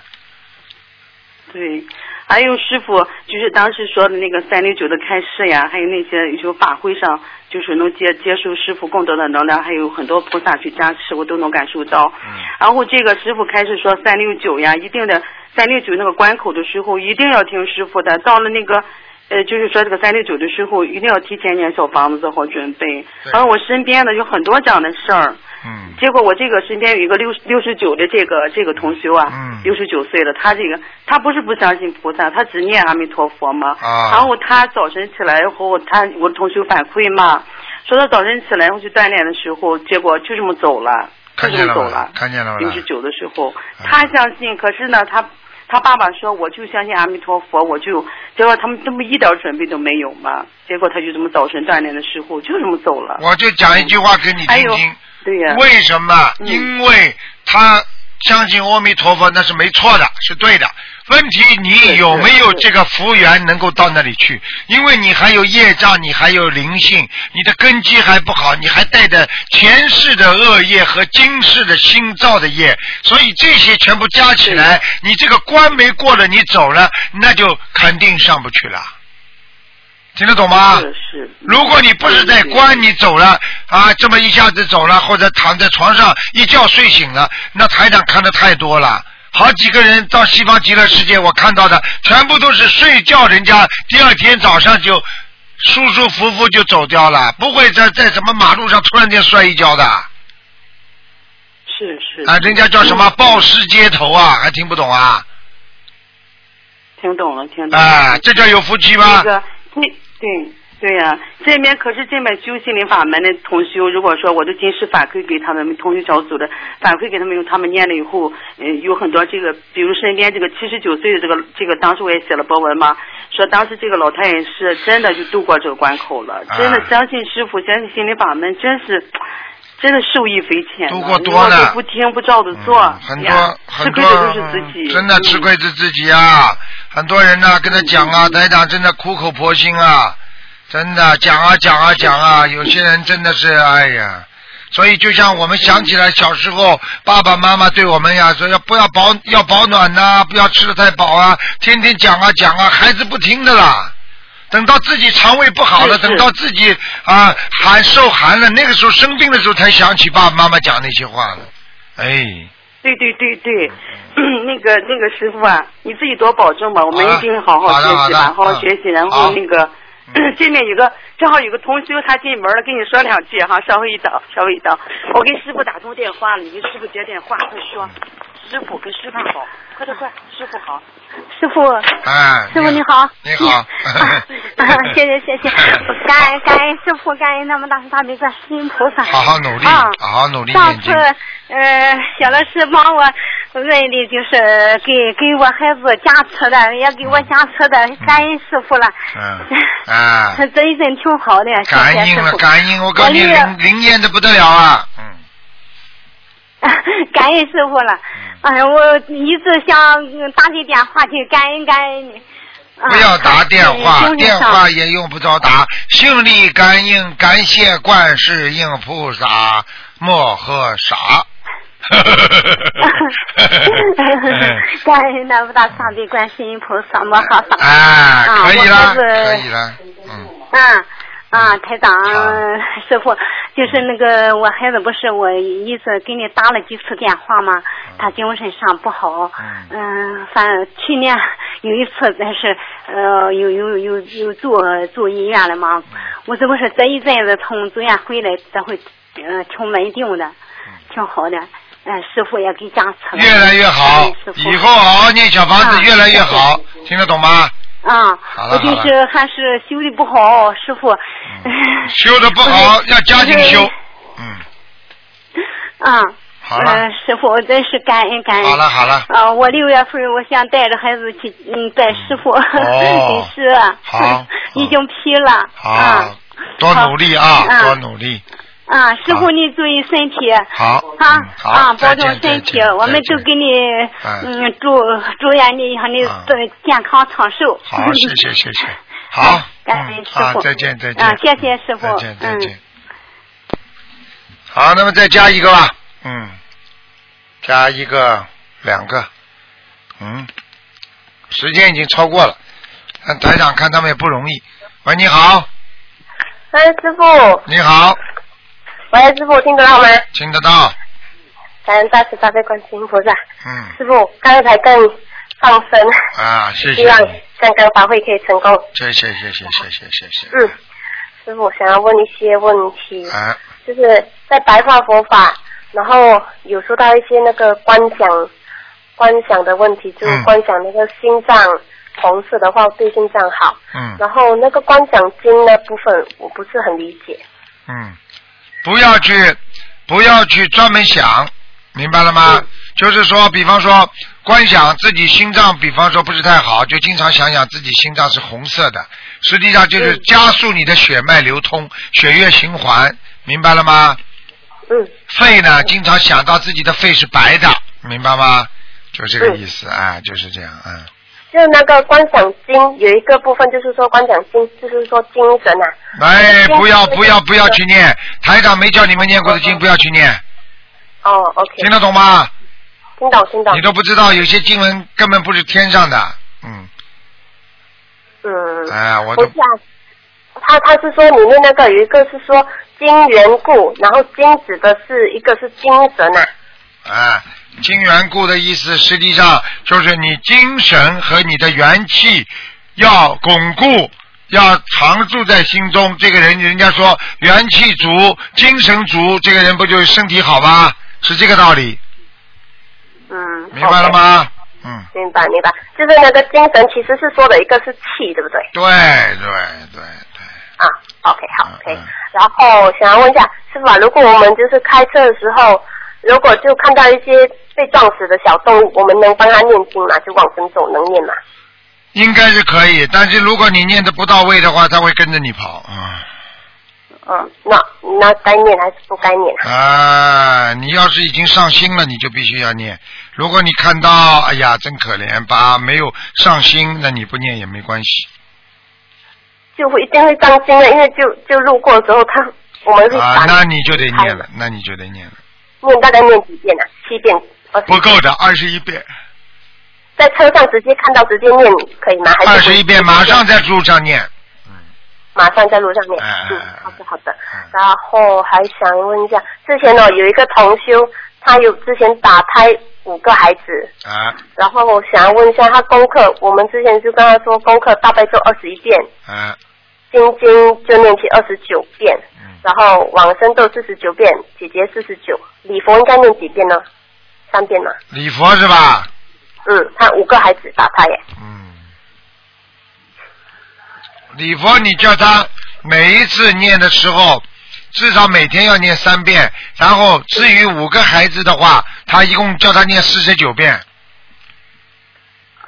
Speaker 9: 对，还有师傅，就是当时说的那个三六九的开示呀，还有那些有时候法会上，就是能接接受师傅更多的能量，还有很多菩萨去加持，我都能感受到。然后这个师傅开始说三六九呀，一定的三六九那个关口的时候，一定要听师傅的。到了那个。呃，就是说这个三六九的时候，一定要提前念小房子做好准备。
Speaker 2: 对
Speaker 9: 然后我身边呢有很多这样的事儿，
Speaker 2: 嗯
Speaker 9: 结果我这个身边有一个六六十九的这个这个同修
Speaker 2: 嗯
Speaker 9: 啊，六十九岁了，他这个他不是不相信菩萨，他只念阿弥陀佛嘛。
Speaker 2: 啊
Speaker 9: 然后他早晨起来后，他我同修反馈嘛，说他早晨起来后去锻炼的时候，结果就这么走了，就
Speaker 2: 看
Speaker 9: 这
Speaker 2: 见
Speaker 9: 么
Speaker 2: 了
Speaker 9: 走
Speaker 2: 吗
Speaker 9: 了？。
Speaker 2: 看见了吗？啊
Speaker 9: 六十九的时候，他相信，可是呢，他他爸爸说，我就相信阿弥陀佛，我就结果他们这么一点准备都没有嘛，结果他就这么早晨锻炼的时候就这么走了。
Speaker 2: 我就讲一句话给你
Speaker 9: 哎
Speaker 2: 听
Speaker 9: 呦
Speaker 2: 听，，
Speaker 9: 对呀、
Speaker 2: 为什么？
Speaker 9: 嗯
Speaker 2: 因为他相信阿弥陀佛，那是没错的，是对的。问题你有没有这个福缘能够到那里去？因为你还有业障，你还有灵性，你的根基还不好，你还带着前世的恶业和今世的新造的业，所以这些全部加起
Speaker 9: 嗯
Speaker 2: 来，你这个关没过了，你走了，那就肯定上不去了。听得懂吗？
Speaker 9: 是是，
Speaker 2: 如果你不是在关，你走了啊，这么一下子走了，或者躺在床上一觉睡醒了，那台长看的太多了。好几个人到西方极乐世界，我看到的全部都是睡觉，人家第二天早上就舒舒服服就走掉了，不会在在什么马路上突然间摔一跤的啊！
Speaker 9: 是是，嗯
Speaker 2: 人家叫什么暴尸街头啊，还听不懂啊？
Speaker 9: 听懂了，听懂了。
Speaker 2: 啊，这叫有福气吗
Speaker 9: 那？个，对对对呀、这边可是这边修心灵法门的同修，如果说我的及时反馈给他们同修小组的反馈给他们用，他们念了以后，嗯、有很多这个，比如身边这个七十九岁的这个这个，当时我也写了博文嘛，说当时这个老太太是真的就度过这个关口了，
Speaker 2: 啊
Speaker 9: 真的相信师傅，相信心灵法门，真是。真的受益匪浅啊，
Speaker 2: 度过
Speaker 9: 你
Speaker 2: 多
Speaker 9: 要
Speaker 2: 呢
Speaker 9: 是不听不照着做，
Speaker 2: 嗯很
Speaker 9: 呀
Speaker 2: 多很
Speaker 9: 吃亏
Speaker 2: 多嗯
Speaker 9: 的就是自己，嗯
Speaker 2: 真的吃亏是自己啊！很多人呢、跟他讲啊，台长真的苦口婆心啊，真的讲啊讲
Speaker 9: 嗯
Speaker 2: 啊讲啊，有些人真的是哎呀。所以，就像我们想起
Speaker 9: 嗯
Speaker 2: 来小时候，爸爸妈妈对我们呀说要不要保要保暖呐、不要吃的太饱啊，天天讲啊讲啊，孩子不听的啦。等到自己肠胃不好了，
Speaker 9: 是是
Speaker 2: 等到自己啊寒受寒了，那个时候生病的时候才想起爸爸妈妈讲那些话了，哎。
Speaker 9: 对对对对， *clears throat* 那个那个师傅啊，你自己多保重吧，我们
Speaker 2: 好的
Speaker 9: 一定好
Speaker 2: 啊好
Speaker 9: 学
Speaker 2: 的好
Speaker 9: 习
Speaker 2: 的
Speaker 9: 吧，好
Speaker 2: 嗯
Speaker 9: 好学习，然
Speaker 2: 好
Speaker 9: 后那个。 *clears throat* 这面有个正好有个同修，他进门了，跟你说两句哈，稍微一等，稍微一等。我给师傅打通电话了，你给师傅接电话，快说，师傅跟师傅好，快点快，师傅好。
Speaker 4: 师傅，
Speaker 2: 哎，
Speaker 4: 师傅你好。
Speaker 2: 你好
Speaker 4: *laughs* 啊 *laughs* 谢谢谢
Speaker 2: *laughs*
Speaker 4: 谢，感恩感恩师傅，感恩那么大慈大悲观世音菩萨。
Speaker 2: 好好努力，
Speaker 4: 啊
Speaker 2: 好好努力
Speaker 4: 上
Speaker 2: 念
Speaker 4: 次
Speaker 2: 经。
Speaker 4: 呃，小老师帮我问的就是给给我孩子加持的，也给我加持的，感恩师傅了。
Speaker 2: 嗯，
Speaker 4: *laughs*
Speaker 2: 啊，
Speaker 4: 真真挺好的，谢谢
Speaker 2: 感
Speaker 4: 师
Speaker 2: 应了，
Speaker 4: 傅。
Speaker 2: 感应，我告诉你，
Speaker 4: 我那个
Speaker 2: 灵灵验的不得了啊，嗯，
Speaker 4: *laughs* 感恩师傅了。哎呀，我一直想嗯打你电话去感恩感恩你。啊
Speaker 2: 不要打电话，
Speaker 4: 嗯
Speaker 2: 电话 *laughs* 也用不着打。心力
Speaker 4: *laughs*
Speaker 2: 感应，感谢观世音菩萨，莫喝傻。 *laughs*
Speaker 4: 感恩南无大慈悲观世音菩萨摩诃萨。
Speaker 2: 哎，
Speaker 4: 啊
Speaker 2: 可以
Speaker 4: 我
Speaker 2: 啦，
Speaker 4: 就是
Speaker 2: 可以啦，嗯，
Speaker 4: 啊啊，台长、师傅，就是那个我孩子不是我一直给你打了几次电话吗？他精神上不好，嗯、反正去年有一次但是呃有有有有住住医院了嘛，我这不是这一阵子从住院回来，这会呃挺稳定的，挺好的，嗯、师傅也给加持了，
Speaker 2: 越来越啊好
Speaker 4: 嗯师，傅
Speaker 2: 以后好好念小房子，
Speaker 4: 啊
Speaker 2: 越来越好，听得懂吗？
Speaker 4: 啊，
Speaker 2: 好了
Speaker 4: 我就是还是修的不好，师傅。 *laughs*
Speaker 2: 修的不好要加紧修。
Speaker 4: 呃
Speaker 2: 嗯
Speaker 4: 啊。
Speaker 2: 好了
Speaker 4: 呃，师傅，我真是感恩感恩。
Speaker 2: 好了好了
Speaker 4: 啊，我六月份我想带着孩子去，嗯，带师傅 *laughs*
Speaker 2: 哦
Speaker 4: 给师，
Speaker 2: 好，
Speaker 4: 啊 *laughs* 已经批了。
Speaker 2: 好，多努力啊，
Speaker 4: 哎啊好嗯
Speaker 2: 多努力，
Speaker 4: 啊，师傅你注意身体。
Speaker 2: 好，
Speaker 4: 啊
Speaker 2: 嗯
Speaker 4: 啊
Speaker 2: 好，，
Speaker 4: 保
Speaker 2: 再
Speaker 4: 重
Speaker 2: 见，再
Speaker 4: 身体
Speaker 2: 见，，
Speaker 4: 我
Speaker 2: 再
Speaker 4: 们都
Speaker 2: 见
Speaker 4: 给你
Speaker 2: 哎
Speaker 4: 嗯祝祝愿你让你
Speaker 2: 啊
Speaker 4: 健康长寿。
Speaker 2: 好，谢
Speaker 4: *laughs*
Speaker 2: 谢谢谢，好，
Speaker 4: 感恩师
Speaker 2: 啊
Speaker 4: 傅。，
Speaker 2: 再见再
Speaker 4: 啊
Speaker 2: 见，，
Speaker 4: 谢谢师傅。
Speaker 2: 再见再
Speaker 4: 嗯。
Speaker 2: 见。好，那么再加一个吧，嗯，加一个两个，嗯，时间已经超过了，但台长看他们也不容易。喂，你好，
Speaker 6: 喂，哎师傅，
Speaker 2: 你好，
Speaker 6: 喂，师傅，听得到吗？
Speaker 2: 听得到，
Speaker 6: 感恩大慈大悲观世音菩萨，
Speaker 2: 嗯，
Speaker 6: 师傅刚才更放生，
Speaker 2: 啊，谢谢
Speaker 6: 希，望刚刚法会可以成功。
Speaker 2: 谢谢谢谢谢谢谢谢，
Speaker 6: 嗯，师傅想要问一些问题，
Speaker 2: 啊，
Speaker 6: 就是在白话佛法，然后有说到一些那个观想观想的问题，就是
Speaker 10: 嗯
Speaker 6: 观想那个心脏红色的话对心脏好，
Speaker 2: 嗯
Speaker 6: 然后那个观想经那部分我不是很理解。
Speaker 2: 嗯，不要去，不要去专门想，明白了吗？就是说，比方说，观想自己心脏，比方说不是太好，就经常想想自己心脏是红色的，实际上就是加速你的血脉流通、血液循环，明白了吗？
Speaker 6: 嗯。
Speaker 2: 肺呢，经常想到自己的肺是白的，明白吗？就这个意思，哎，就是这样，嗯。
Speaker 6: 就那个观想经有一个部分，就是说观想经，就是说精神啊。
Speaker 2: 哎，不要不要不要去念，台长没叫你们念过的经，不要去念，
Speaker 6: 哦，OK。
Speaker 2: 听得懂？吗？
Speaker 6: 听懂，听懂。
Speaker 2: 你都不知道，有些经文根本不是天上的，嗯，
Speaker 6: 嗯，
Speaker 2: 哎，我
Speaker 6: 不
Speaker 2: 都
Speaker 6: 是啊。他他是说里面那个有一个是说金缘故，然后金指的是一个是精
Speaker 2: 嗯
Speaker 6: 神啊。
Speaker 2: 啊，金元故的意思实际上就是你精神和你的元气要巩固，要常住在心中。这个人，人家说元气足，精神足，这个人不就是身体好吗？是这个道理，
Speaker 6: 嗯。
Speaker 2: 明白了吗？嗯
Speaker 6: OK？明白明白，就是那个精神其实是说的一个是气，对不对？
Speaker 2: 对对对，
Speaker 6: 啊，OK，好，OK。然
Speaker 2: 嗯
Speaker 6: 后想要问一下师傅啊，如果我们就是开车的时候，如果就看到一些被撞死的小动物，我们能帮他念经吗？就往生咒能念吗？
Speaker 2: 应该是可以，但是如果你念的不到位的话，他会跟着你跑啊。
Speaker 6: 嗯，那那该念还是不该念啊？
Speaker 2: 啊，你要是已经上心了，你就必须要念。如果你看到，哎呀，真可怜吧，没有上心，那你不念也没关系
Speaker 6: 就会一定会当心的，因为就就路过的时候，他我们会
Speaker 2: 啊
Speaker 6: 闪，
Speaker 2: 那你就得念了，那你就得念了，
Speaker 6: 念大概念几遍啊？七遍。20
Speaker 2: 不够的，二十一遍，
Speaker 6: 在车上直接看到直接念可以吗？还是
Speaker 2: 二十一遍，马上在哎路上念。
Speaker 6: 马上在路上念。嗯，好的好的。然后还想问一下，之前呢有一个同修，他有之前打胎五个孩子，
Speaker 2: 啊
Speaker 6: 然后我想要问一下他功课，我们之前就跟他说功课大悲咒二十一遍，
Speaker 2: 啊
Speaker 6: 心经就念起二十九遍，
Speaker 2: 嗯
Speaker 6: 然后往生咒四十九遍，姐姐四十九，礼佛应该念几遍呢？三遍吗？
Speaker 2: 礼佛是吧？
Speaker 6: 嗯，他五个孩子打胎耶。
Speaker 2: 嗯礼佛你叫他每一次念的时候，至少每天要念三遍，然后至于五个孩子的话，他一共叫他念四十九遍。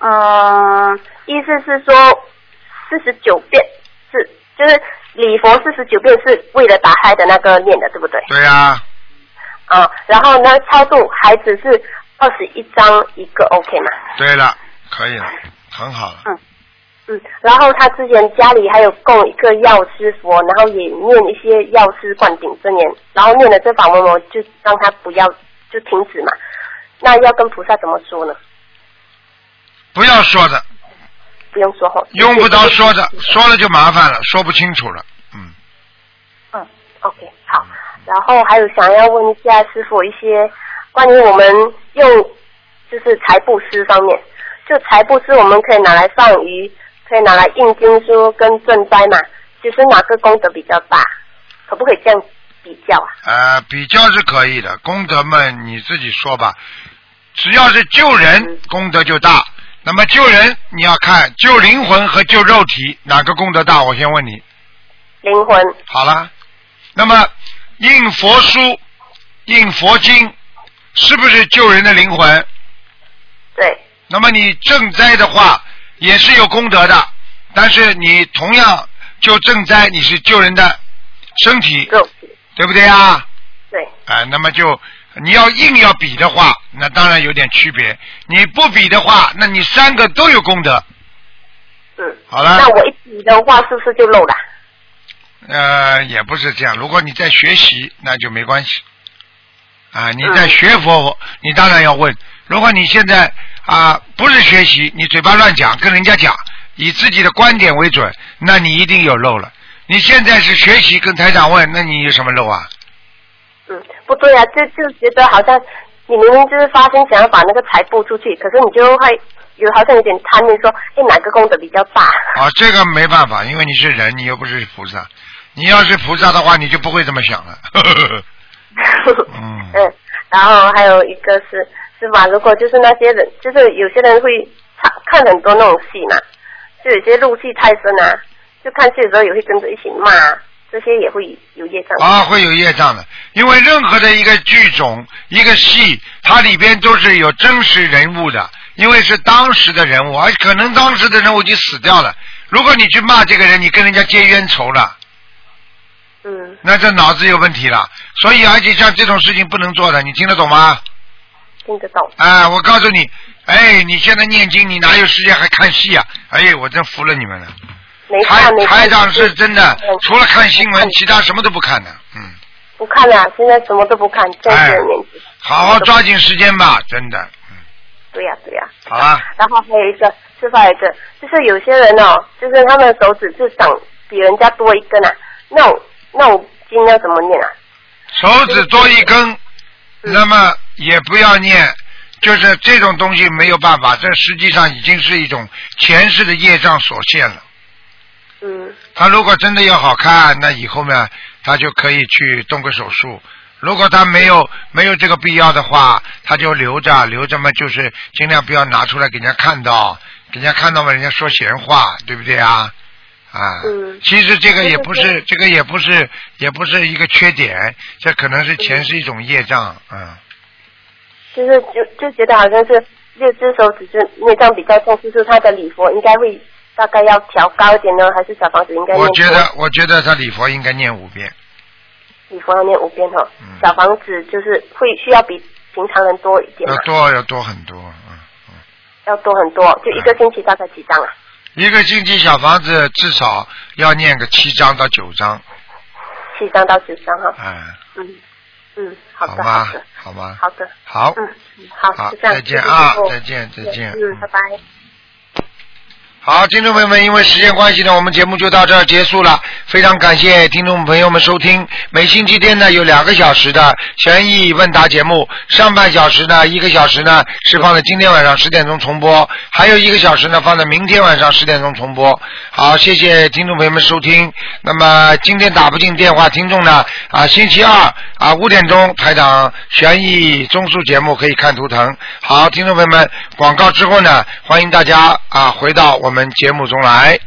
Speaker 6: 嗯，意思是说四十九遍是就是礼佛四十九遍是为了打胎的那个念的，对不对？
Speaker 2: 对呀、
Speaker 6: 啊，然后呢，超度孩子是二十一张一个，OK 吗？
Speaker 2: 对了，可以了，很好了。
Speaker 6: 嗯，然后他之前家里还有供一个药师佛，然后也念一些药师灌顶真言，然后念了这法门，我就让他不要就停止嘛。那要跟菩萨怎么说呢？
Speaker 2: 不要说的，
Speaker 6: 不用说哈。
Speaker 2: 用不着说的，说了就麻烦了，说不清楚了。
Speaker 6: 嗯，OK，好。然后还有想要问一下师傅一些关于我们用就是财布施方面，就财布施我们可以拿来放鱼，可以拿来印经书跟赈灾嘛，就是哪个功德比较大？可不可以这样比较啊？
Speaker 2: 呃，比较是可以的，功德嘛你自己说吧。只要是救人，功德就大。那么救人，你要看救灵魂和救肉体哪个功德大？我先问你。
Speaker 6: 灵魂
Speaker 2: 好了，那么印佛书、印佛经，是不是救人的灵魂？
Speaker 6: 对。
Speaker 2: 那么你赈灾的话，也是有功德的，但是你同样就赈灾，你是救人的身体，对不对啊？
Speaker 6: 对。
Speaker 2: 啊、那么就你要硬要比的话，那当然有点区别。你不比的话，那你三个都有功德。
Speaker 6: 嗯。
Speaker 2: 好了。
Speaker 6: 那我一比的话，是不是就漏了？
Speaker 2: 呃，也不是这样。如果你在学习，那就没关系。啊，你
Speaker 6: 嗯
Speaker 2: 在学佛，你当然要问。如果你现在啊不是学习，你嘴巴乱讲，跟人家讲，以自己的观点为准，那你一定有漏了。你现在是学习，跟台长问，那你有什么漏啊？
Speaker 6: 嗯，不对啊，就就觉得好像你明明就是发心想要把那个财布出去，可是你就会有好像有点贪念，说哎哪个功德比较大？
Speaker 2: 啊，这个没办法，因为你是人，你又不是菩萨。你要是菩萨的话，你就不会这么想了。 *laughs*
Speaker 6: *laughs* 嗯，然后还有一个是是吧？如果就是那些人，就是有些人会看看很多那种戏嘛，就有些入戏太深啊，就看戏的时候也会跟着一起骂，这些也会有业障。
Speaker 2: 啊，会有业障的，因为任何的一个剧种、一个戏，它里边都是有真实人物的，因为是当时的人物，而可能当时的人物已经死掉了。如果你去骂这个人，你跟人家结冤仇了，
Speaker 6: 嗯，
Speaker 2: 那这脑子有问题了。所以，而且像这种事情不能做的，你听得懂吗？
Speaker 6: 听得懂。
Speaker 2: 哎，我告诉你，哎，你现在念经，你哪有时间还看戏啊？哎，我真服了你们了。
Speaker 6: 没
Speaker 2: 台
Speaker 6: 看没看嗯
Speaker 2: 台长是真的，除了看新闻，其他什么嗯都不看的。嗯
Speaker 6: 不看了、现在什么都不看，在这
Speaker 2: 哎
Speaker 6: 个年纪。
Speaker 2: 好好抓紧时间吧，真的。
Speaker 6: 对呀、对呀、
Speaker 2: 好了，
Speaker 6: 然后还有一个是还有一个，就是有些人哦，就是他们手指就长比人家多一根啊，那我那我经要怎么念啊？
Speaker 2: 手指多一根，那么也不要念，就是这种东西没有办法，这实际上已经是一种前世的业障所现了。
Speaker 6: 嗯，
Speaker 2: 他如果真的要好看，那以后呢，他就可以去动个手术。如果他没有没有这个必要的话，他就留着，留着嘛，就是尽量不要拿出来给人家看到，给人家看到嘛，人家说闲话，对不对啊？啊，其实这个也不是，这个也不是，也不是一个缺点，这可能是前是一种业障，嗯，
Speaker 6: 就是就就觉得好像是六只手指是孽障比较重，就是他的礼佛应该会大概要调高一点呢，还是小房子应该念
Speaker 2: 我觉得，我觉得他礼佛应该念五遍，
Speaker 6: 礼佛要念五遍哈、
Speaker 2: 嗯
Speaker 6: 小房子就是会需要比平常人多一点
Speaker 2: 要
Speaker 6: 嘛，
Speaker 2: 多要多很多，嗯
Speaker 6: 要多很多，就一个星期大概几张啊？
Speaker 2: 一个星期小房子至少要念个七章到九章，
Speaker 6: 七张到十张哈、
Speaker 2: 哎，
Speaker 6: 嗯嗯，好
Speaker 2: 好
Speaker 6: 的
Speaker 2: 吗
Speaker 6: 的？
Speaker 2: 好吗？
Speaker 6: 好的，
Speaker 2: 好，
Speaker 6: 嗯，好，
Speaker 2: 好
Speaker 6: 就这样，
Speaker 2: 再见
Speaker 6: 谢谢
Speaker 2: 啊
Speaker 6: 师傅
Speaker 2: 再见再见
Speaker 6: 嗯，拜拜。
Speaker 2: 好，听众朋友们，因为时间关系呢，我们节目就到这儿结束了。非常感谢听众朋友们收听。每星期天呢有两个小时的悬疑问答节目，上半小时呢一个小时呢是放在今天晚上十点钟重播，还有一个小时呢放在明天晚上十点钟重播。好，谢谢听众朋友们收听。那么今天打不进电话，听众呢啊星期二啊五点钟台长悬疑综述节目可以看图腾。好，听众朋友们，广告之后呢，欢迎大家啊回到我们节目中来。